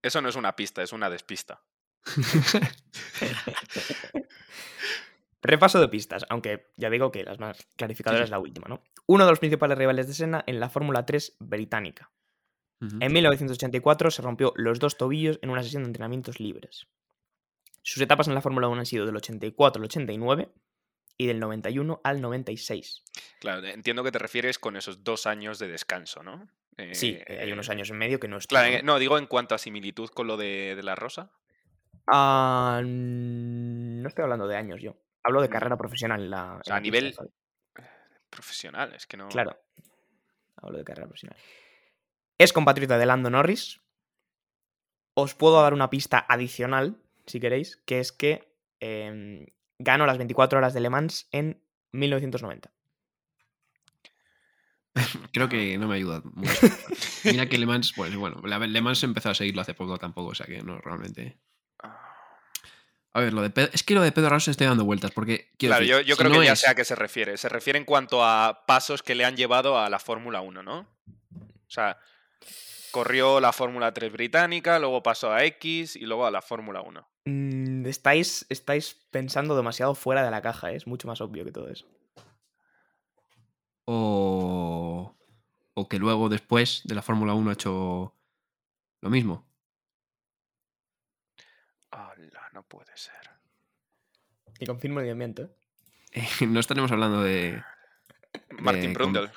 Speaker 2: Eso no es una pista, es una despista.
Speaker 1: Repaso de pistas, aunque ya digo que las más clarificadoras
Speaker 3: Sí,
Speaker 1: es
Speaker 3: sí.
Speaker 1: la última, ¿no? Uno de los principales rivales de Senna en la Fórmula 3 británica.
Speaker 3: Ujú.
Speaker 2: Mm. Em
Speaker 1: En 1984 se rompió los dos tobillos en una sesión de entrenamientos libres. Sus etapas en la Fórmula 1 han sido del 84 al 89 y del 91 al 96.
Speaker 2: Claro, entiendo que te refieres con esos dos años de descanso, ¿no?
Speaker 1: Sí,
Speaker 2: Eh,
Speaker 1: eh, hay unos
Speaker 2: eh,
Speaker 1: años en medio que no estuvo.
Speaker 2: Claro, eh, no, digo en cuanto a similitud con lo de, de la rosa.
Speaker 1: Ah, mm, no estoy hablando de años yo. Hablo de
Speaker 2: Mm.
Speaker 1: carrera profesional. en La, en
Speaker 2: sea, a
Speaker 1: la pista,
Speaker 2: nivel-
Speaker 1: ¿sabes?
Speaker 2: Profesional, es que no.
Speaker 1: Claro. Hablo de carrera profesional. Es compatriota de Lando Norris. Os puedo dar una pista adicional, si queréis, que es que em, ganó las 24 horas de Le Mans en 1990.
Speaker 3: Creo que no me ayuda mucho. Mira que Le Mans, pues bueno, la- Le Mans empezó a seguirlo hace poco tampoco, o sea que no realmente.
Speaker 2: Ah,
Speaker 3: A ver, lo de Pedro, es que lo de Pedro Alonso estoy dando vueltas porque quiero
Speaker 2: Claro,
Speaker 3: decir,
Speaker 2: yo, yo
Speaker 3: si
Speaker 2: creo
Speaker 3: no
Speaker 2: que ya
Speaker 3: es-
Speaker 2: sé a qué se refiere. Se refiere en cuanto a pasos que le han llevado a la Fórmula 1, ¿no? O sea, corrió la Fórmula 3 británica, luego pasó a X y luego a la Fórmula 1.
Speaker 1: Mm, estáis, estáis pensando demasiado fuera de la caja, ¿eh? es mucho más obvio que todo eso.
Speaker 3: O... o que luego después de la Fórmula 1 ha hecho lo mismo.
Speaker 2: ¡Hala, no puede ser!
Speaker 1: Y confirmo el movimiento, ¿eh?
Speaker 3: no estaremos hablando de
Speaker 2: Martin
Speaker 3: Eh, con-
Speaker 2: Brundle.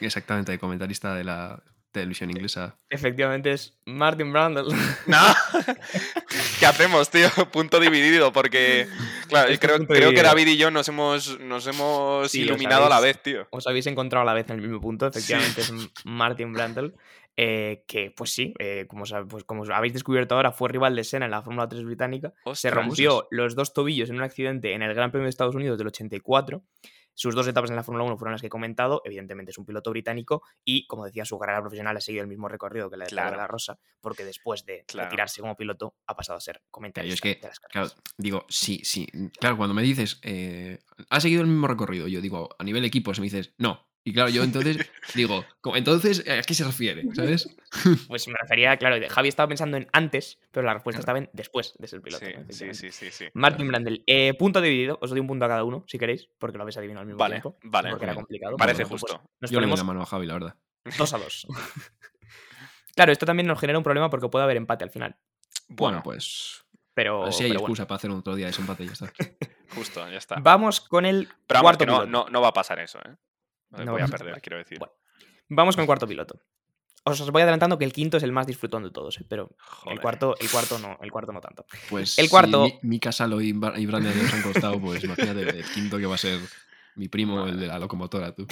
Speaker 3: exactamente de comentarista de la televisión inglesa.
Speaker 1: Efectivamente es Martin Brundle.
Speaker 2: ¡No! ¿Qué hacemos, tío? Punto dividido, porque. Claro,
Speaker 1: Esto es
Speaker 2: creo,
Speaker 1: punto
Speaker 2: creo que
Speaker 1: dividido.
Speaker 2: David y yo nos hemos, nos hemos
Speaker 1: Sí, lo
Speaker 2: iluminado a la
Speaker 1: sabéis.
Speaker 2: vez, tío.
Speaker 1: Os habéis encontrado a la vez en el mismo punto, efectivamente es Martin Brundle. eh, que pues sí, eh, como, sab- pues, como habéis descubierto ahora, fue rival de Senna en la Fórmula 3 británica. Se
Speaker 2: Ostras.
Speaker 1: rompió los dos tobillos en un accidente en el Gran Premio de Estados Unidos del 84. Sus dos etapas en la Fórmula 1 fueron las que he comentado. Evidentemente es un piloto británico y, como decía, su carrera profesional ha seguido el mismo recorrido que la de Pedro de
Speaker 2: Claro.
Speaker 1: la Rosa, porque después de
Speaker 2: Claro.
Speaker 1: retirarse como piloto ha pasado a ser
Speaker 3: Claro, yo es
Speaker 1: comentarista
Speaker 3: que,
Speaker 1: de las carreras.
Speaker 3: claro, digo, sí, sí. Claro, cuando me dices, eh, ha seguido el mismo recorrido, yo digo, a nivel equipos, me dices, no. Y claro, yo entonces digo, co- entonces, eh, ¿a qué se refiere? ¿Sabes?
Speaker 1: Pues me refería, claro, de- Javi estaba pensando en antes, pero la respuesta estaba en después de ser piloto.
Speaker 2: Sí,
Speaker 1: ¿no?
Speaker 2: sí,
Speaker 1: Efectivamente.
Speaker 2: sí, sí, sí.
Speaker 1: Martin Brandel, eh, punto dividido, os doy un punto a cada uno, si queréis, porque lo habéis adivinado al mismo
Speaker 2: Vale,
Speaker 1: tiempo.
Speaker 2: vale,
Speaker 1: Porque era
Speaker 3: bien.
Speaker 1: complicado. por lo
Speaker 2: Parece
Speaker 1: tanto, pues,
Speaker 2: justo.
Speaker 1: Nos
Speaker 3: Yo le doy
Speaker 1: ponemos
Speaker 3: la mano a Javi, la verdad.
Speaker 1: dos a dos. claro, esto también nos genera un problema porque puede haber empate al final.
Speaker 2: Bueno,
Speaker 3: Bueno, pues.
Speaker 1: Pero,
Speaker 3: así hay
Speaker 1: pero bueno.
Speaker 3: excusa para hacer otro día de empate y ya está.
Speaker 2: justo, ya está.
Speaker 1: vamos con el
Speaker 2: Pero vamos,
Speaker 1: pues cuarto
Speaker 2: que no,
Speaker 1: piloto.
Speaker 2: no- no va a pasar eso, ¿eh? No me
Speaker 1: No
Speaker 2: voy
Speaker 1: va a
Speaker 2: a
Speaker 1: pasar,
Speaker 2: perder,
Speaker 1: vale.
Speaker 2: quiero decir.
Speaker 1: Bueno. Vamos con el cuarto piloto. Os os voy adelantando que el quinto es el más disfrutón de todos, eh, pero
Speaker 2: Joder.
Speaker 1: el cuarto, el cuarto no, el cuarto no tanto.
Speaker 3: Pues
Speaker 1: El cuarto.
Speaker 3: Si mi, mi Casalo y, Bra- y Brandon nos han costado, pues imagínate el quinto que va a ser mi primo, el de la locomotora, tú.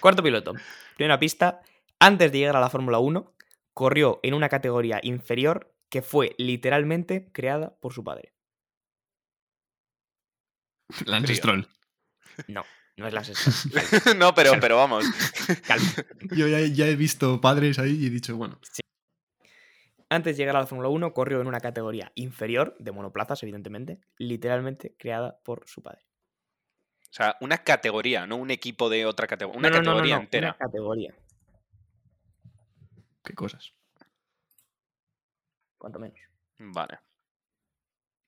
Speaker 1: Cuarto piloto. Primera pista. Antes de llegar a la Fórmula 1, corrió en una categoría inferior que fue literalmente creada por su padre.
Speaker 3: Lance
Speaker 2: Trío.
Speaker 3: Stroll.
Speaker 1: No, no es la sexta.
Speaker 2: no, pero, pero vamos.
Speaker 1: Calma.
Speaker 3: Yo ya, ya he visto padres ahí y he dicho, bueno.
Speaker 1: Antes de llegar a la Fórmula 1, corrió en una categoría inferior, de monoplazas, evidentemente, literalmente creada por su padre.
Speaker 2: O sea, una categoría, no un equipo de otra categoría. Una
Speaker 1: No, no, no, no,
Speaker 2: categoría
Speaker 1: no,
Speaker 2: entera.
Speaker 1: Una categoría,
Speaker 3: Qué cosas.
Speaker 1: cuanto menos.
Speaker 2: Vale.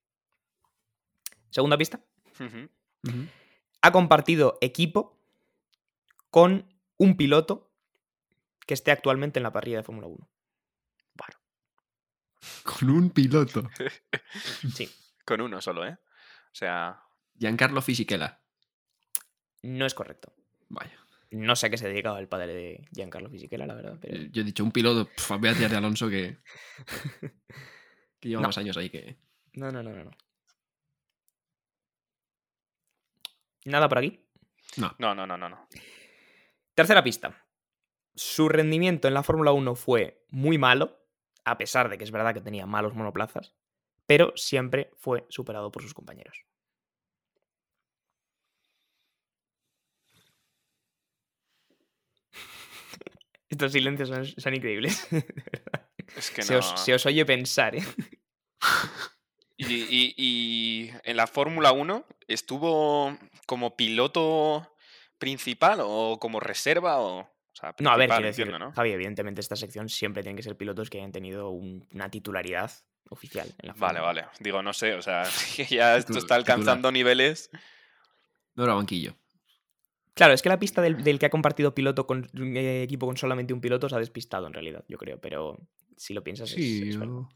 Speaker 1: Segunda pista.
Speaker 2: Ujú.
Speaker 3: Ujú.
Speaker 1: Ha compartido equipo con un piloto que esté actualmente en la parrilla de Fórmula 1.
Speaker 3: Con un piloto.
Speaker 1: Sí,
Speaker 2: Con uno solo, ¿eh? O sea,
Speaker 3: Giancarlo Fisichella.
Speaker 1: no es correcto.
Speaker 3: Vaya.
Speaker 1: No sé a qué se dedicaba el padre de Giancarlo Fisichella, la verdad,
Speaker 2: Mm.
Speaker 1: pero...
Speaker 3: Yo he dicho, un piloto, pf, voy a tirar de Alonso que. que lleva
Speaker 1: No.
Speaker 3: más años ahí que.
Speaker 1: No, no, no, no, no. Nada por aquí.
Speaker 2: no, no, no, no. no.
Speaker 1: Tercera pista. Su rendimiento en la Fórmula 1 fue muy malo, a pesar de que es verdad que tenía malos monoplazas, pero siempre fue superado por sus compañeros. Estos silencios son, son increíbles.
Speaker 2: Es que
Speaker 1: se,
Speaker 2: no.
Speaker 1: os, se os oye pensar, ¿eh?
Speaker 2: Y, y- y en la Fórmula 1 estuvo como piloto principal o como reserva o. o sea,
Speaker 1: No, a ver,
Speaker 2: principal,
Speaker 1: quiero decir,
Speaker 2: entiendo, ¿no?
Speaker 1: Javi, evidentemente esta sección siempre tienen que ser pilotos que hayan tenido un- una titularidad oficial en la
Speaker 2: Vale,
Speaker 1: Fórmula 1.
Speaker 2: vale. Digo, no sé, o sea, ya esto
Speaker 3: Titu-
Speaker 2: está alcanzando niveles.
Speaker 3: No era banquillo.
Speaker 1: Claro, es que la pista del, del que ha compartido piloto con eh, equipo con solamente un piloto se ha despistado en realidad, yo creo, pero si lo piensas es- es, verdad.
Speaker 3: yo-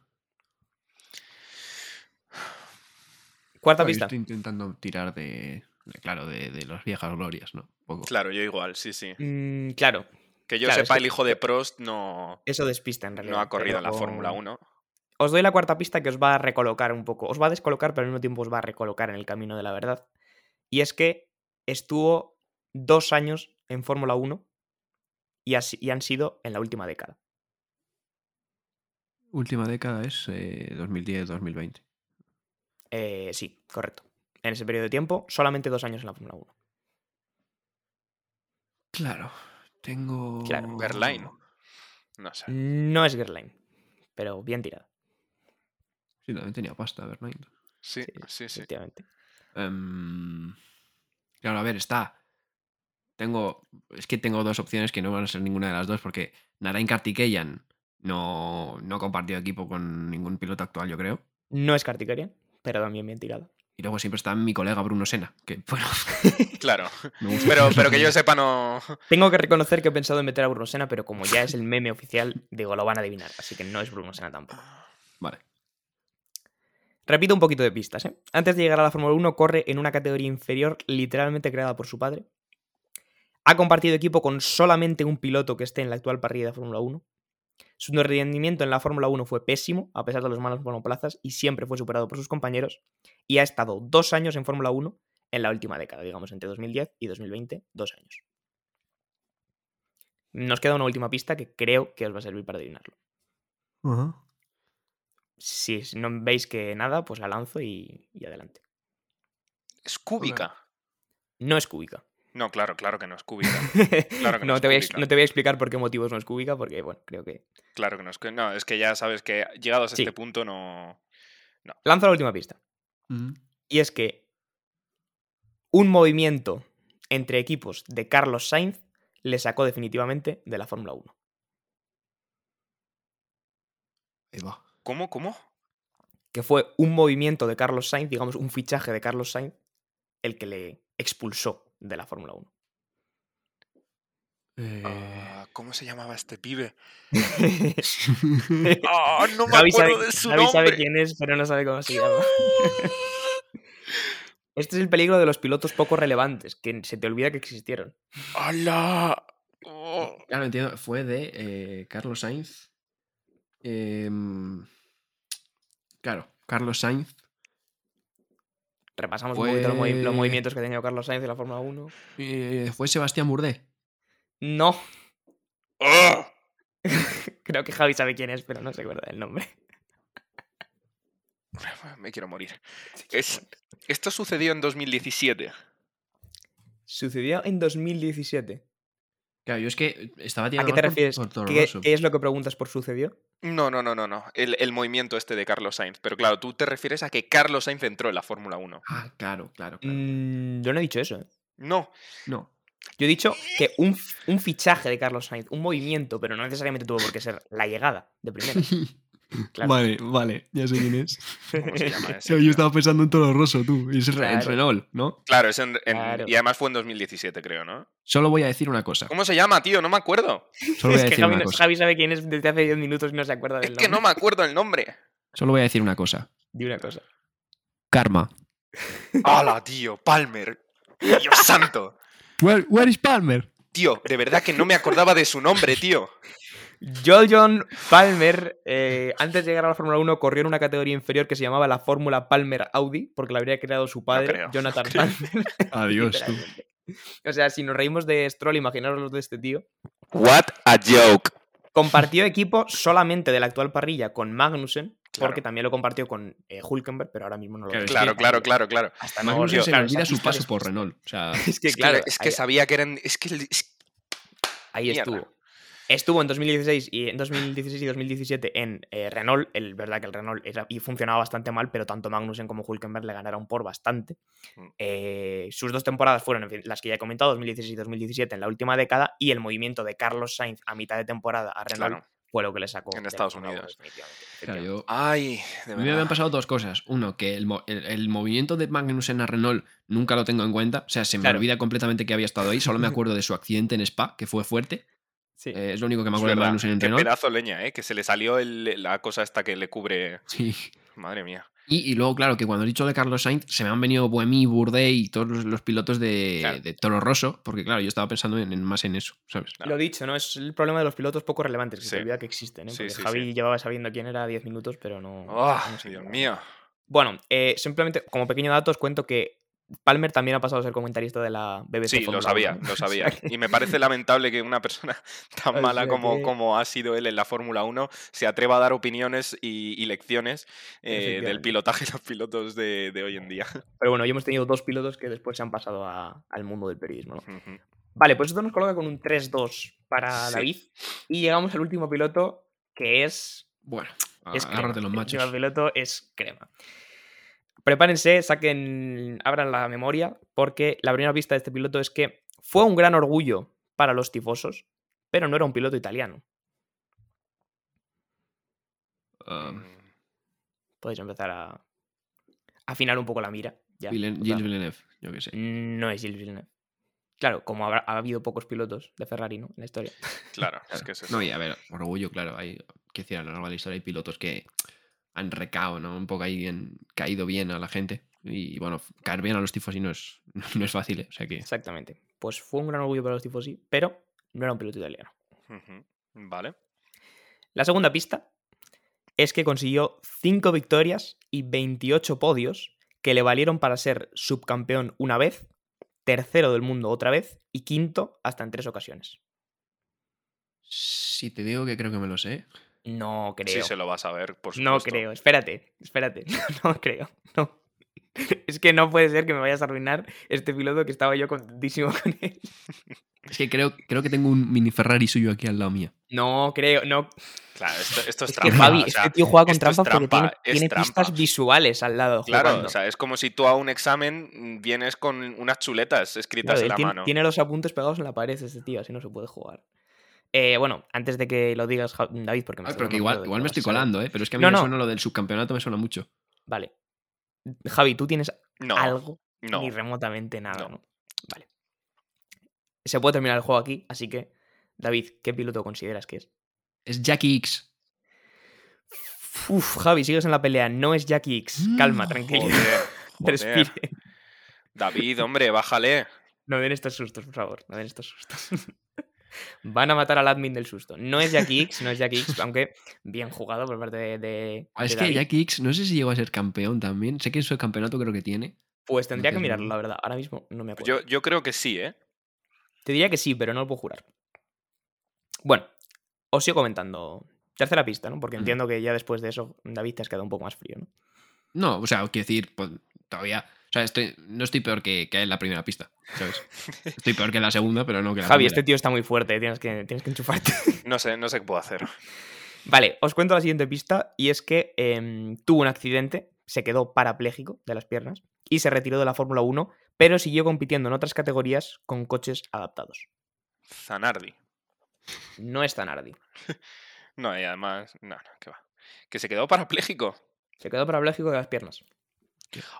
Speaker 1: Cuarta
Speaker 3: yo
Speaker 1: pista.
Speaker 3: Estoy intentando tirar de. de- claro, de, de las viejas glorias, ¿no? Un poco.
Speaker 2: Claro, yo igual, sí, sí.
Speaker 1: Mm, claro,
Speaker 2: Que yo
Speaker 1: Claro, es
Speaker 2: sepa,
Speaker 1: que-
Speaker 2: el hijo de Prost no,
Speaker 1: eso despista en realidad.
Speaker 2: no ha corrido en la
Speaker 1: pero-
Speaker 2: Fórmula 1.
Speaker 1: Os doy la cuarta pista que os va a recolocar un poco. Os va a descolocar, pero al mismo tiempo os va a recolocar en el camino de la verdad. Y es que estuvo dos años en Fórmula 1 y, así- y han sido en la última década.
Speaker 3: Última década es eh, 2010-2020.
Speaker 1: Eh, sí, correcto. En ese periodo de tiempo, solamente dos años en la Fórmula 1.
Speaker 3: Claro. Tengo.
Speaker 1: Claro.
Speaker 2: Verlaine. No
Speaker 1: Mm,
Speaker 2: sé.
Speaker 1: No es Gerlain, pero bien tirado.
Speaker 3: Sí, también tenía pasta, Verlaine.
Speaker 2: Sí, sí, sí.
Speaker 1: efectivamente.
Speaker 3: Em, claro, a ver, está. Tengo. Es que tengo dos opciones que no van a ser ninguna de las dos, porque Narain Kartikeyan no, no ha compartido equipo con ningún piloto actual, yo creo.
Speaker 1: No es Kartikarian, pero también bien tirada.
Speaker 3: Y luego siempre está mi colega Bruno Sena, que bueno.
Speaker 2: Claro.
Speaker 3: me gusta
Speaker 2: Pero,
Speaker 3: mucho.
Speaker 2: pero que yo sepa, no.
Speaker 1: Tengo que reconocer que he pensado en meter a Bruno Sena, pero como ya es el meme oficial, digo, lo van a adivinar. Así que no es Bruno Sena tampoco.
Speaker 3: Vale.
Speaker 1: Repito un poquito de pistas. ¿eh? Antes de llegar a la Fórmula 1, corre en una categoría inferior literalmente creada por su padre. Ha compartido equipo con solamente un piloto que esté en la actual parrilla de Fórmula 1. Su rendimiento en la Fórmula 1 fue pésimo, a pesar de los malos monoplazas, y siempre fue superado por sus compañeros. Y ha estado dos años en Fórmula 1 en la última década, digamos, entre 2010 y 2020, dos años. Nos queda una última pista que creo que os va a servir para adivinarlo si es- no veis que nada, pues la lanzo y, y adelante.
Speaker 2: Es cúbica.
Speaker 1: No es cúbica.
Speaker 2: No, claro, claro que no es cúbica. Claro que
Speaker 1: no,
Speaker 2: no es
Speaker 1: te voy a ex-
Speaker 2: cúbica.
Speaker 1: no te voy a explicar por qué motivos no es cúbica, porque bueno, creo que.
Speaker 2: Claro que no es cúbica. No, es que ya sabes que llegados a
Speaker 1: Sí.
Speaker 2: este punto no.
Speaker 1: Lanzo la última pista.
Speaker 3: Ujú.
Speaker 1: Y es que un movimiento entre equipos de Carlos Sainz le sacó definitivamente de la Fórmula 1.
Speaker 3: Ahí va.
Speaker 2: ¿Cómo? ¿Cómo?
Speaker 1: Que fue un movimiento de Carlos Sainz, digamos, un fichaje de Carlos Sainz, el que le expulsó de la Fórmula 1. Eh,
Speaker 2: Ah, ¿Cómo se llamaba este pibe?
Speaker 3: Eh,
Speaker 2: ¡Ah, no me
Speaker 1: Javi sabe,
Speaker 2: acuerdo de su
Speaker 1: Javi sabe
Speaker 2: nombre! ¡Ah!
Speaker 1: quién es, pero no sabe cómo se llama. Este es el peligro de los pilotos poco relevantes, que se te olvida que existieron.
Speaker 2: ¡Hala! Oh.
Speaker 3: claro, entiendo. Fue de eh, Carlos Sainz. Em, claro, Carlos Sainz.
Speaker 1: Repasamos un poquito los, movi- los
Speaker 3: Fue-
Speaker 1: movimientos que ha tenido Carlos Sainz de la Fórmula 1.
Speaker 3: Eh, fue Sebastián Burdé.
Speaker 1: No,
Speaker 2: ¡Ah!
Speaker 1: creo que Javi sabe quién es, pero no se acuerda del nombre.
Speaker 2: Me quiero morir. Es- esto sucedió en 2017.
Speaker 1: Sucedió en 2017.
Speaker 3: Claro, yo es que estaba
Speaker 1: ¿A
Speaker 3: tirando
Speaker 1: qué te
Speaker 3: más por-
Speaker 1: refieres?
Speaker 3: por Toro
Speaker 1: ¿Qué,
Speaker 3: Rosso.
Speaker 1: qué es lo que preguntas por sucedió?
Speaker 2: No, no, no, no, no. El, el movimiento este de Carlos Sainz. Pero claro, tú te refieres a que Carlos Sainz entró en la Fórmula 1.
Speaker 3: Ah, claro, claro. claro.
Speaker 1: Mm, yo no he dicho eso. ¿eh?
Speaker 2: No.
Speaker 3: No.
Speaker 1: Yo he dicho que un, f- un fichaje de Carlos Sainz, un movimiento, pero no necesariamente tuvo por qué ser la llegada de primera. Claro.
Speaker 3: Vale, vale, ya sé quién es.
Speaker 2: ¿Cómo se llama ese?
Speaker 3: Yo estaba pensando en Toro Rosso, tú. Y es re- en
Speaker 1: Claro.
Speaker 3: Renault, ¿no?
Speaker 2: Claro, es en- en-
Speaker 1: Claro.
Speaker 2: y además fue en 2017, creo, ¿no?
Speaker 3: Solo voy a decir una cosa.
Speaker 2: ¿Cómo se llama, tío? No me acuerdo.
Speaker 3: Solo voy a
Speaker 1: es que
Speaker 3: decir
Speaker 1: Javi,
Speaker 3: una
Speaker 1: no-
Speaker 3: cosa.
Speaker 1: Javi sabe quién es desde hace 10 minutos y no se acuerda del
Speaker 2: Es que no
Speaker 1: nombre.
Speaker 2: me acuerdo el nombre.
Speaker 3: Solo voy a decir una cosa.
Speaker 1: Di una cosa.
Speaker 3: Karma.
Speaker 2: ¡Hala, tío! ¡Palmer! ¡Dios santo!
Speaker 3: Where, is Palmer?
Speaker 2: Tío, de verdad que no me acordaba de su nombre, tío.
Speaker 1: Joel John Palmer, eh, antes de llegar a la Fórmula 1, corrió en una categoría inferior que se llamaba la Fórmula Palmer Audi, porque la habría creado su padre,
Speaker 2: creo,
Speaker 1: Jonathan
Speaker 2: no creo.
Speaker 1: Palmer.
Speaker 3: Adiós, tú.
Speaker 1: literalmente. O sea, si nos reímos de Stroll, imaginaros los de este tío.
Speaker 2: What a joke.
Speaker 1: Compartió equipo solamente de la actual parrilla con Magnussen, porque
Speaker 2: Claro.
Speaker 1: también lo compartió con eh, Hülkenberg, pero ahora mismo no lo
Speaker 3: Claro,
Speaker 1: veo.
Speaker 2: Claro, claro, claro, claro.
Speaker 1: Hasta
Speaker 3: Magnussen
Speaker 1: luego,
Speaker 3: se
Speaker 1: claro,
Speaker 3: le olvida
Speaker 1: esa
Speaker 3: su
Speaker 1: pista
Speaker 3: paso
Speaker 1: es-
Speaker 3: por Renault. O sea,
Speaker 1: Es que,
Speaker 2: Es que,
Speaker 1: claro,
Speaker 2: es que
Speaker 1: ahí-
Speaker 2: sabía que eran. Es que, es-
Speaker 1: Ahí
Speaker 2: Mierda.
Speaker 1: estuvo. Estuvo en 2016 y en 2016 y 2017 en eh, Renault. El verdad que el Renault era- y funcionaba bastante mal, pero tanto Magnussen como Hülkenberg le ganaron por bastante.
Speaker 2: Mm.
Speaker 1: Eh, sus dos temporadas fueron en fin, las que ya he comentado, 2016 y 2017 en la última década, y el movimiento de Carlos Sainz a mitad de temporada a Renault
Speaker 2: Claro.
Speaker 1: fue lo que le sacó. de
Speaker 2: En
Speaker 1: la
Speaker 2: Estados
Speaker 1: Fórmula uno,
Speaker 2: Unidos.
Speaker 1: definitivamente,
Speaker 3: claro,
Speaker 1: efectivamente.
Speaker 3: yo-
Speaker 2: Ay, de
Speaker 3: A mí me
Speaker 2: verdad.
Speaker 3: habían pasado dos cosas. Uno, que el, mo- el- el movimiento de Magnussen a Renault nunca lo tengo en cuenta. O sea, se me
Speaker 1: Claro.
Speaker 3: olvida completamente que había estado ahí. Solo me acuerdo de su accidente en Spa, que fue fuerte.
Speaker 1: Sí.
Speaker 3: Eh, es lo único que me
Speaker 2: Es
Speaker 3: acuerdo de
Speaker 2: verdad,
Speaker 3: Magnussen en
Speaker 2: qué
Speaker 3: Renault.
Speaker 2: pedazo leña, ¿eh? Que se le salió el- la cosa esta que le cubre.
Speaker 3: Sí.
Speaker 2: Madre mía.
Speaker 3: Y, y luego, claro, que cuando he dicho de Carlos Sainz, se me han venido Buemi, Bourdais y todos los, los pilotos de,
Speaker 2: Claro.
Speaker 3: de Toro Rosso, porque claro, yo estaba pensando en, en más en eso, ¿sabes?
Speaker 2: Claro.
Speaker 1: Lo dicho, ¿no? Es el problema de los pilotos poco relevantes, que se
Speaker 2: Sí.
Speaker 1: te olvida que existen. ¿eh?
Speaker 2: Sí,
Speaker 1: Porque
Speaker 2: sí,
Speaker 1: Javi
Speaker 2: sí.
Speaker 1: llevaba sabiendo quién era 10 minutos, pero no.
Speaker 2: Ah,
Speaker 1: no se
Speaker 2: Dios
Speaker 1: acordaba.
Speaker 2: mío.
Speaker 1: Bueno, eh, simplemente como pequeño dato os cuento que Palmer también ha pasado a ser comentarista de la BBC.
Speaker 2: Sí, lo
Speaker 1: Fórmula
Speaker 2: sabía,
Speaker 1: 1, ¿no?
Speaker 2: lo
Speaker 1: O sea
Speaker 2: sabía.
Speaker 1: que-
Speaker 2: Y me parece lamentable que una persona tan
Speaker 1: O
Speaker 2: mala
Speaker 1: sea
Speaker 2: como,
Speaker 1: que-
Speaker 2: como ha sido él en la Fórmula 1 se atreva a dar opiniones y, y lecciones eh, del
Speaker 1: Efectivamente.
Speaker 2: pilotaje de los pilotos de, de hoy en día.
Speaker 1: Pero bueno, ya hemos tenido dos pilotos que después se han pasado a- al mundo del periodismo. ¿no?
Speaker 2: Ujú.
Speaker 1: Vale, pues esto nos coloca con un 3-2 para
Speaker 2: Sí.
Speaker 1: David. Y llegamos al último piloto, que es
Speaker 3: Bueno,
Speaker 1: es crema.
Speaker 2: Ah,
Speaker 3: agárrate los
Speaker 1: El
Speaker 3: machos.
Speaker 1: último piloto es crema. Prepárense, saquen, abran la memoria, porque la primera pista de este piloto es que fue un gran orgullo para los tifosos, pero no era un piloto italiano.
Speaker 3: Um,
Speaker 2: Mm,
Speaker 1: Podéis empezar a a afinar un poco la mira. Ya,
Speaker 3: Villen-
Speaker 1: total.
Speaker 3: Gilles Villeneuve, yo qué sé.
Speaker 1: No es Gilles Villeneuve. Claro, como habrá- ha habido pocos pilotos de Ferrari, ¿no? En la historia.
Speaker 2: Claro, es
Speaker 3: Claro.
Speaker 2: que es eso.
Speaker 3: No, y a ver, orgullo, claro. Hay, que decir, a lo largo de la historia hay pilotos que han recao, ¿no? Un poco ahí han caído bien a la gente. Y bueno, caer bien a los tifos y no es, no es fácil, ¿eh? o sea que.
Speaker 1: Exactamente. Pues fue un gran orgullo para los tifosi, pero no era un piloto italiano.
Speaker 2: Ujú, Vale.
Speaker 1: La segunda pista es que consiguió 5 victorias y 28 podios que le valieron para ser subcampeón una vez, tercero del mundo otra vez y quinto hasta en tres ocasiones.
Speaker 3: Si te digo que creo que me lo sé.
Speaker 1: No creo.
Speaker 2: Sí se lo vas a ver, por supuesto.
Speaker 1: no creo. Espérate, espérate. No creo. No. Es que no puede ser que me vayas a arruinar este piloto que estaba yo contentísimo con él.
Speaker 3: Es que creo, creo que tengo un mini Ferrari suyo aquí al lado mío.
Speaker 1: No creo, no.
Speaker 2: Claro, esto, esto es,
Speaker 1: Es que
Speaker 2: trampa.
Speaker 1: Javi,
Speaker 2: o sea,
Speaker 1: este tío juega con
Speaker 2: esto es
Speaker 1: trampas porque tiene,
Speaker 2: trampa, es
Speaker 1: tiene
Speaker 2: trampa.
Speaker 1: pistas visuales al lado.
Speaker 2: Claro,
Speaker 1: jugando.
Speaker 2: o sea, es como si tú a un examen mm, vienes con unas chuletas
Speaker 1: Claro,
Speaker 2: escritas en
Speaker 1: él
Speaker 2: la
Speaker 1: tiene,
Speaker 2: mano.
Speaker 1: tiene los apuntes pegados en la pared este tío, así no se puede jugar. Eh, bueno, antes de que lo digas, Ja- David, porque me
Speaker 3: Ay,
Speaker 1: estoy
Speaker 3: pero
Speaker 1: dando
Speaker 3: que
Speaker 1: cuenta
Speaker 3: igual,
Speaker 1: de
Speaker 3: igual
Speaker 1: lo
Speaker 3: me
Speaker 1: vas
Speaker 3: estoy
Speaker 1: a saber.
Speaker 3: colando, ¿eh? Pero es que a mí
Speaker 1: No,
Speaker 3: me
Speaker 1: no.
Speaker 3: suena lo del subcampeonato, me suena mucho.
Speaker 1: Vale. Javi, tú tienes
Speaker 2: No,
Speaker 1: algo,
Speaker 2: no.
Speaker 1: ni remotamente nada,
Speaker 2: No.
Speaker 1: ¿no? Vale. Se puede terminar el juego aquí, así que, David, ¿qué piloto consideras que es?
Speaker 3: Es Jackie X.
Speaker 1: Uf, Javi, sigues en la pelea, no es Jackie X. Calma,
Speaker 3: Mm,
Speaker 1: tranquilo.
Speaker 2: Joder, joder.
Speaker 1: Respire.
Speaker 2: David, hombre, bájale.
Speaker 1: No den estos sustos, por favor. No den estos sustos. Van a matar al admin del susto. No es Jackie X, no es Jackie X, aunque bien jugado por parte de. de-
Speaker 3: Ah, Es
Speaker 1: de
Speaker 3: que
Speaker 1: David.
Speaker 3: Jackie X, no sé si llegó a ser campeón también. Sé que en su campeonato creo que tiene.
Speaker 1: Pues tendría que
Speaker 3: tengo
Speaker 1: mirarlo,
Speaker 3: ni-
Speaker 1: la verdad. Ahora mismo no me acuerdo.
Speaker 2: Yo, yo creo que sí, ¿eh?
Speaker 1: Te diría que sí, pero no lo puedo jurar. Bueno, os sigo comentando. Tercera pista, ¿no? Porque
Speaker 3: Mm.
Speaker 1: entiendo que ya después de eso, David, te has quedado un poco más frío, ¿no?
Speaker 3: No, o sea, quiero decir, pues, todavía. O sea, estoy, no estoy peor que, que en la primera pista, ¿sabes? Estoy peor que en la segunda, pero no que en la
Speaker 1: Javi, este
Speaker 3: primera.
Speaker 1: tío está muy fuerte, tienes que, tienes que enchufarte.
Speaker 2: No sé, no sé qué puedo hacer.
Speaker 1: Vale, os cuento la siguiente pista y es que em, tuvo un accidente, se quedó parapléjico de las piernas y se retiró de la Fórmula 1, pero siguió compitiendo en otras categorías con coches adaptados.
Speaker 2: Zanardi.
Speaker 1: No es tan ardi.
Speaker 2: No, y además. No, no, que va. Que se quedó parapléjico.
Speaker 1: Se quedó parapléjico de las piernas.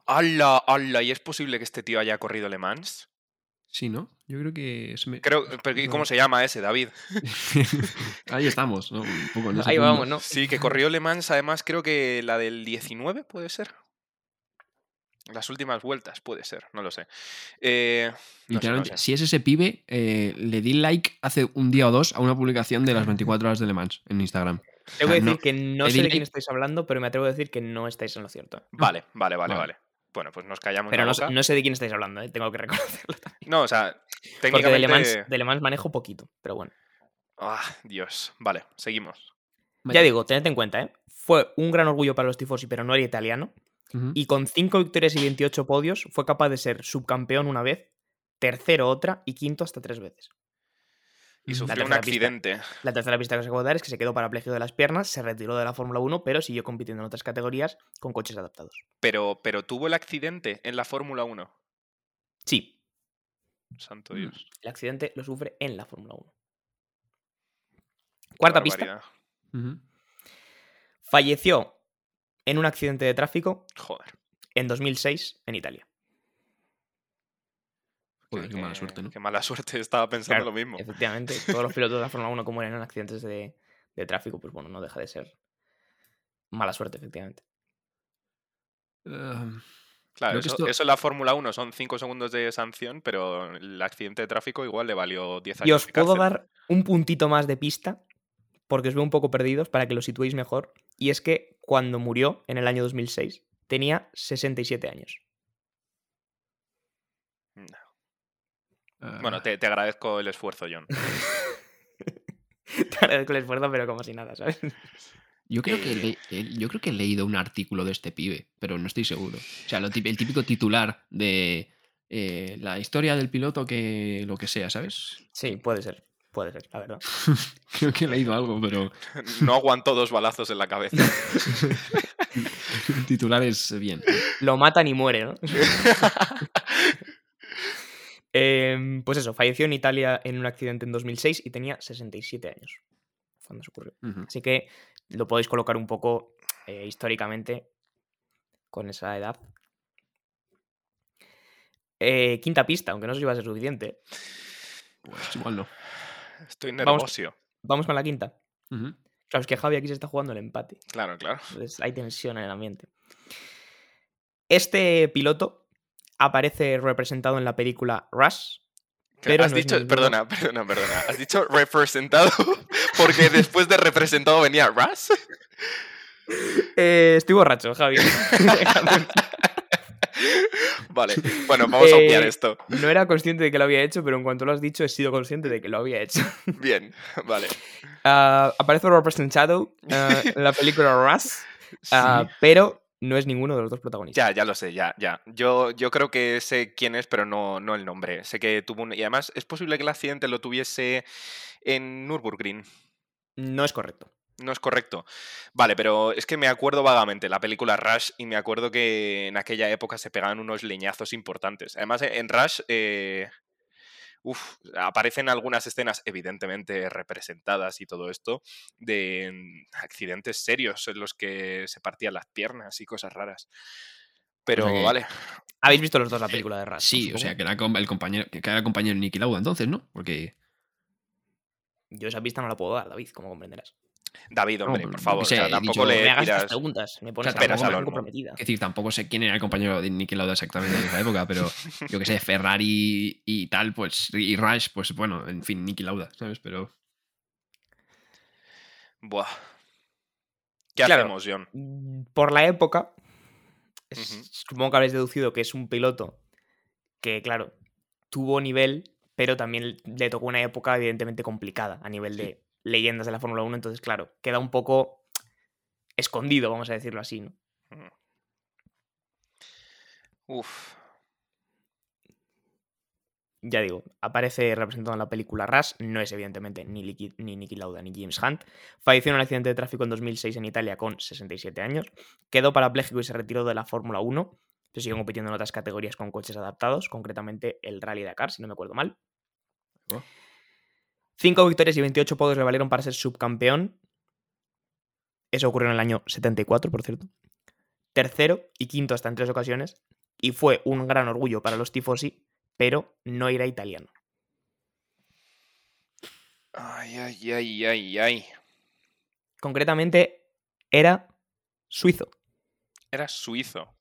Speaker 2: ¡Hala, hala! ¿Y es posible que este tío haya corrido Le Mans?
Speaker 3: Sí, ¿no? Yo creo que. se me-
Speaker 2: Creo. Pero, ¿y ¿Cómo se llama ese, David?
Speaker 3: Ahí estamos, ¿no? Un poco en ese
Speaker 1: Ahí
Speaker 3: mundo.
Speaker 1: vamos, ¿no?
Speaker 2: Sí, que corrió Le Mans, además, creo que la del 19, puede ser. Las últimas vueltas, puede ser, no lo sé. Eh,
Speaker 1: Mm.
Speaker 2: no sé, no
Speaker 3: Literalmente,
Speaker 2: sé.
Speaker 3: si es ese pibe, eh, le di like hace un día o dos a una publicación de las 24 horas de Le Mans en Instagram.
Speaker 1: Tengo que
Speaker 3: no-
Speaker 1: decir que no
Speaker 3: le
Speaker 1: sé de
Speaker 3: diréis-
Speaker 1: quién estáis hablando, pero me atrevo a decir que no estáis en lo cierto. ¿eh?
Speaker 2: Vale, vale, vale,
Speaker 3: Vale.
Speaker 2: vale. Bueno, pues nos callamos.
Speaker 1: Pero
Speaker 2: la
Speaker 1: no,
Speaker 2: boca.
Speaker 1: no sé de quién estáis hablando, ¿eh? tengo que reconocerlo.
Speaker 2: No, o sea,
Speaker 1: Porque de Le,
Speaker 2: técnicamente.
Speaker 1: Mans, de Le Mans manejo poquito, pero bueno.
Speaker 2: Ah, Dios. Vale, seguimos.
Speaker 1: Ya
Speaker 3: Vaya.
Speaker 1: digo, tened en cuenta, ¿eh? Fue un gran orgullo para los tifosi, pero no era italiano.
Speaker 3: Ujú.
Speaker 1: y con 5 victorias y 28 podios fue capaz de ser subcampeón una vez, tercero otra y quinto hasta tres veces.
Speaker 2: Y
Speaker 3: Ujú. La
Speaker 2: sufrió un
Speaker 1: tercera Mm, pista.
Speaker 2: accidente.
Speaker 1: La tercera pista que se puede dar es que se quedó parapléjico de las piernas, se retiró de la Fórmula 1, pero siguió compitiendo en otras categorías con coches adaptados.
Speaker 2: Pero, pero tuvo el accidente en la Fórmula 1.
Speaker 1: Sí,
Speaker 2: Santo
Speaker 3: Mm.
Speaker 2: Dios.
Speaker 1: el accidente lo sufre en la Fórmula 1.
Speaker 2: qué
Speaker 1: Cuarta pista,
Speaker 2: barbaridad.
Speaker 3: Ujú.
Speaker 1: falleció en un accidente de tráfico
Speaker 2: Joder.
Speaker 1: en 2006 en Italia.
Speaker 3: Joder, qué mala suerte, ¿no?
Speaker 2: Qué mala suerte, estaba pensando
Speaker 1: Claro,
Speaker 2: lo mismo.
Speaker 1: Efectivamente, todos los pilotos de la Fórmula 1 como eran en accidentes de, de tráfico, pues bueno, no deja de ser mala suerte, efectivamente.
Speaker 3: Ah,
Speaker 2: Claro,
Speaker 3: Creo que
Speaker 2: eso,
Speaker 3: esto-
Speaker 2: eso en la Fórmula 1 son 5 segundos de sanción, pero el accidente de tráfico igual le valió 10 años.
Speaker 1: Y os
Speaker 2: de
Speaker 1: puedo
Speaker 2: cárcel.
Speaker 1: dar un puntito más de pista, porque os veo un poco perdidos, para que lo situéis mejor. Y es que cuando murió, en el año 2006, tenía 67 años.
Speaker 3: ah,
Speaker 2: Bueno, te, te agradezco el esfuerzo, John.
Speaker 1: Te agradezco el esfuerzo, pero como si nada, ¿sabes?
Speaker 3: Yo creo, que le- eh, yo creo que he leído un artículo de este pibe, pero no estoy seguro. O sea, lo tip- el típico titular de eh, la historia del piloto que lo que sea, ¿sabes?
Speaker 1: Sí, puede ser, puede ser, la verdad.
Speaker 3: Creo que he leído algo, pero
Speaker 2: No aguantó dos balazos en la cabeza.
Speaker 3: El titular es bien.
Speaker 1: Lo matan y muere, ¿no? Em, pues eso, falleció en Italia en un accidente en 2006 y tenía 67 años cuando se ocurrió.
Speaker 3: Ujú.
Speaker 1: Así que lo podéis colocar un poco eh, históricamente con esa edad. Eh, quinta pista, aunque no sé si va a ser suficiente.
Speaker 3: Pues igual no.
Speaker 2: Estoy
Speaker 1: Vamos.
Speaker 2: nervioso.
Speaker 1: Vamos con la quinta.
Speaker 3: Ujú.
Speaker 1: Claro, es que Javi aquí se está jugando el empate.
Speaker 2: Claro, claro.
Speaker 1: Entonces hay tensión en el ambiente. Este piloto aparece representado en la película Rush.
Speaker 2: Que
Speaker 1: Pero
Speaker 2: has
Speaker 1: no es
Speaker 2: dicho,
Speaker 1: ninguno.
Speaker 2: perdona, perdona, perdona. Has dicho representado porque después de representado venía Ras.
Speaker 1: Eh, estoy borracho, Javi.
Speaker 2: Vale, bueno, vamos a obviar
Speaker 1: Eh,
Speaker 2: esto.
Speaker 1: No era consciente de que lo había hecho, pero en cuanto lo has dicho, he sido consciente de que lo había hecho.
Speaker 2: Bien, vale.
Speaker 1: Ah, aparece representado ah, en la película Rush, ah, pero no es ninguno de los dos protagonistas.
Speaker 2: Ya, ya lo sé, ya, ya. Yo, yo creo que sé quién es, pero no, no el nombre. Sé que tuvo un... Y además, es posible que el accidente lo tuviese en Nürburgring.
Speaker 1: No es correcto.
Speaker 2: No es correcto. Vale, pero es que me acuerdo vagamente la película Rush y me acuerdo que en aquella época se pegaban unos leñazos importantes. Además, e- en Rush eh, uf, aparecen algunas escenas evidentemente representadas y todo esto de mm, accidentes serios en los que se partían las piernas y cosas raras. Pero
Speaker 3: que-
Speaker 2: vale,
Speaker 1: Habéis visto los dos la película de Rush.
Speaker 3: Eh, Sí, o
Speaker 1: pues supongo?
Speaker 3: sea, que era com- el compañero, que era compañero de Niki Lauda entonces, ¿no? Porque.
Speaker 1: Yo esa pista no la puedo dar, David, como comprenderás.
Speaker 2: David,
Speaker 3: No,
Speaker 2: hombre,
Speaker 3: pero
Speaker 2: por
Speaker 3: yo
Speaker 2: favor,
Speaker 3: qué
Speaker 2: o sea,
Speaker 3: sé, he
Speaker 2: tampoco
Speaker 3: dicho,
Speaker 1: No
Speaker 2: le
Speaker 1: me hagas
Speaker 2: tiras...
Speaker 1: estas preguntas, me pones
Speaker 3: O
Speaker 1: a
Speaker 3: sea,
Speaker 1: la
Speaker 3: tampoco
Speaker 1: persona
Speaker 3: me-
Speaker 1: comprometida.
Speaker 3: Es decir, tampoco sé quién era el compañero de Niki Lauda exactamente en esa época, pero yo que sé, Ferrari y tal, pues. Y Rush, pues bueno, en fin, Niki Lauda, ¿sabes? Pero.
Speaker 2: Buah. ¿Qué
Speaker 1: Claro.
Speaker 2: hacemos, John?
Speaker 1: Mm, Por la época, es- supongo que habréis deducido que es un piloto que, claro, tuvo nivel, pero también le tocó una época evidentemente complicada a nivel de leyendas de la Fórmula 1, entonces, claro, queda un poco escondido, vamos a decirlo así, ¿no?
Speaker 2: Uf.
Speaker 1: Ya digo, aparece representado en la película Rush, no es evidentemente ni, Liqui- ni Niki Lauda ni James Hunt. Falleció en un accidente de tráfico en 2006 en Italia con 67 años. Quedó parapléjico y se retiró de la Fórmula 1. Se siguió compitiendo en otras categorías con coches adaptados, concretamente el Rally Dakar, si no me acuerdo mal.
Speaker 3: Oh.
Speaker 1: Cinco victorias y 28 podios le valieron para ser subcampeón. Eso ocurrió en el año 74, por cierto. Tercero y quinto hasta en tres ocasiones. Y fue un gran orgullo para los tifosi pero no era italiano.
Speaker 2: Ay, ay, ay, ay, ay.
Speaker 1: Concretamente, era suizo.
Speaker 2: Era suizo.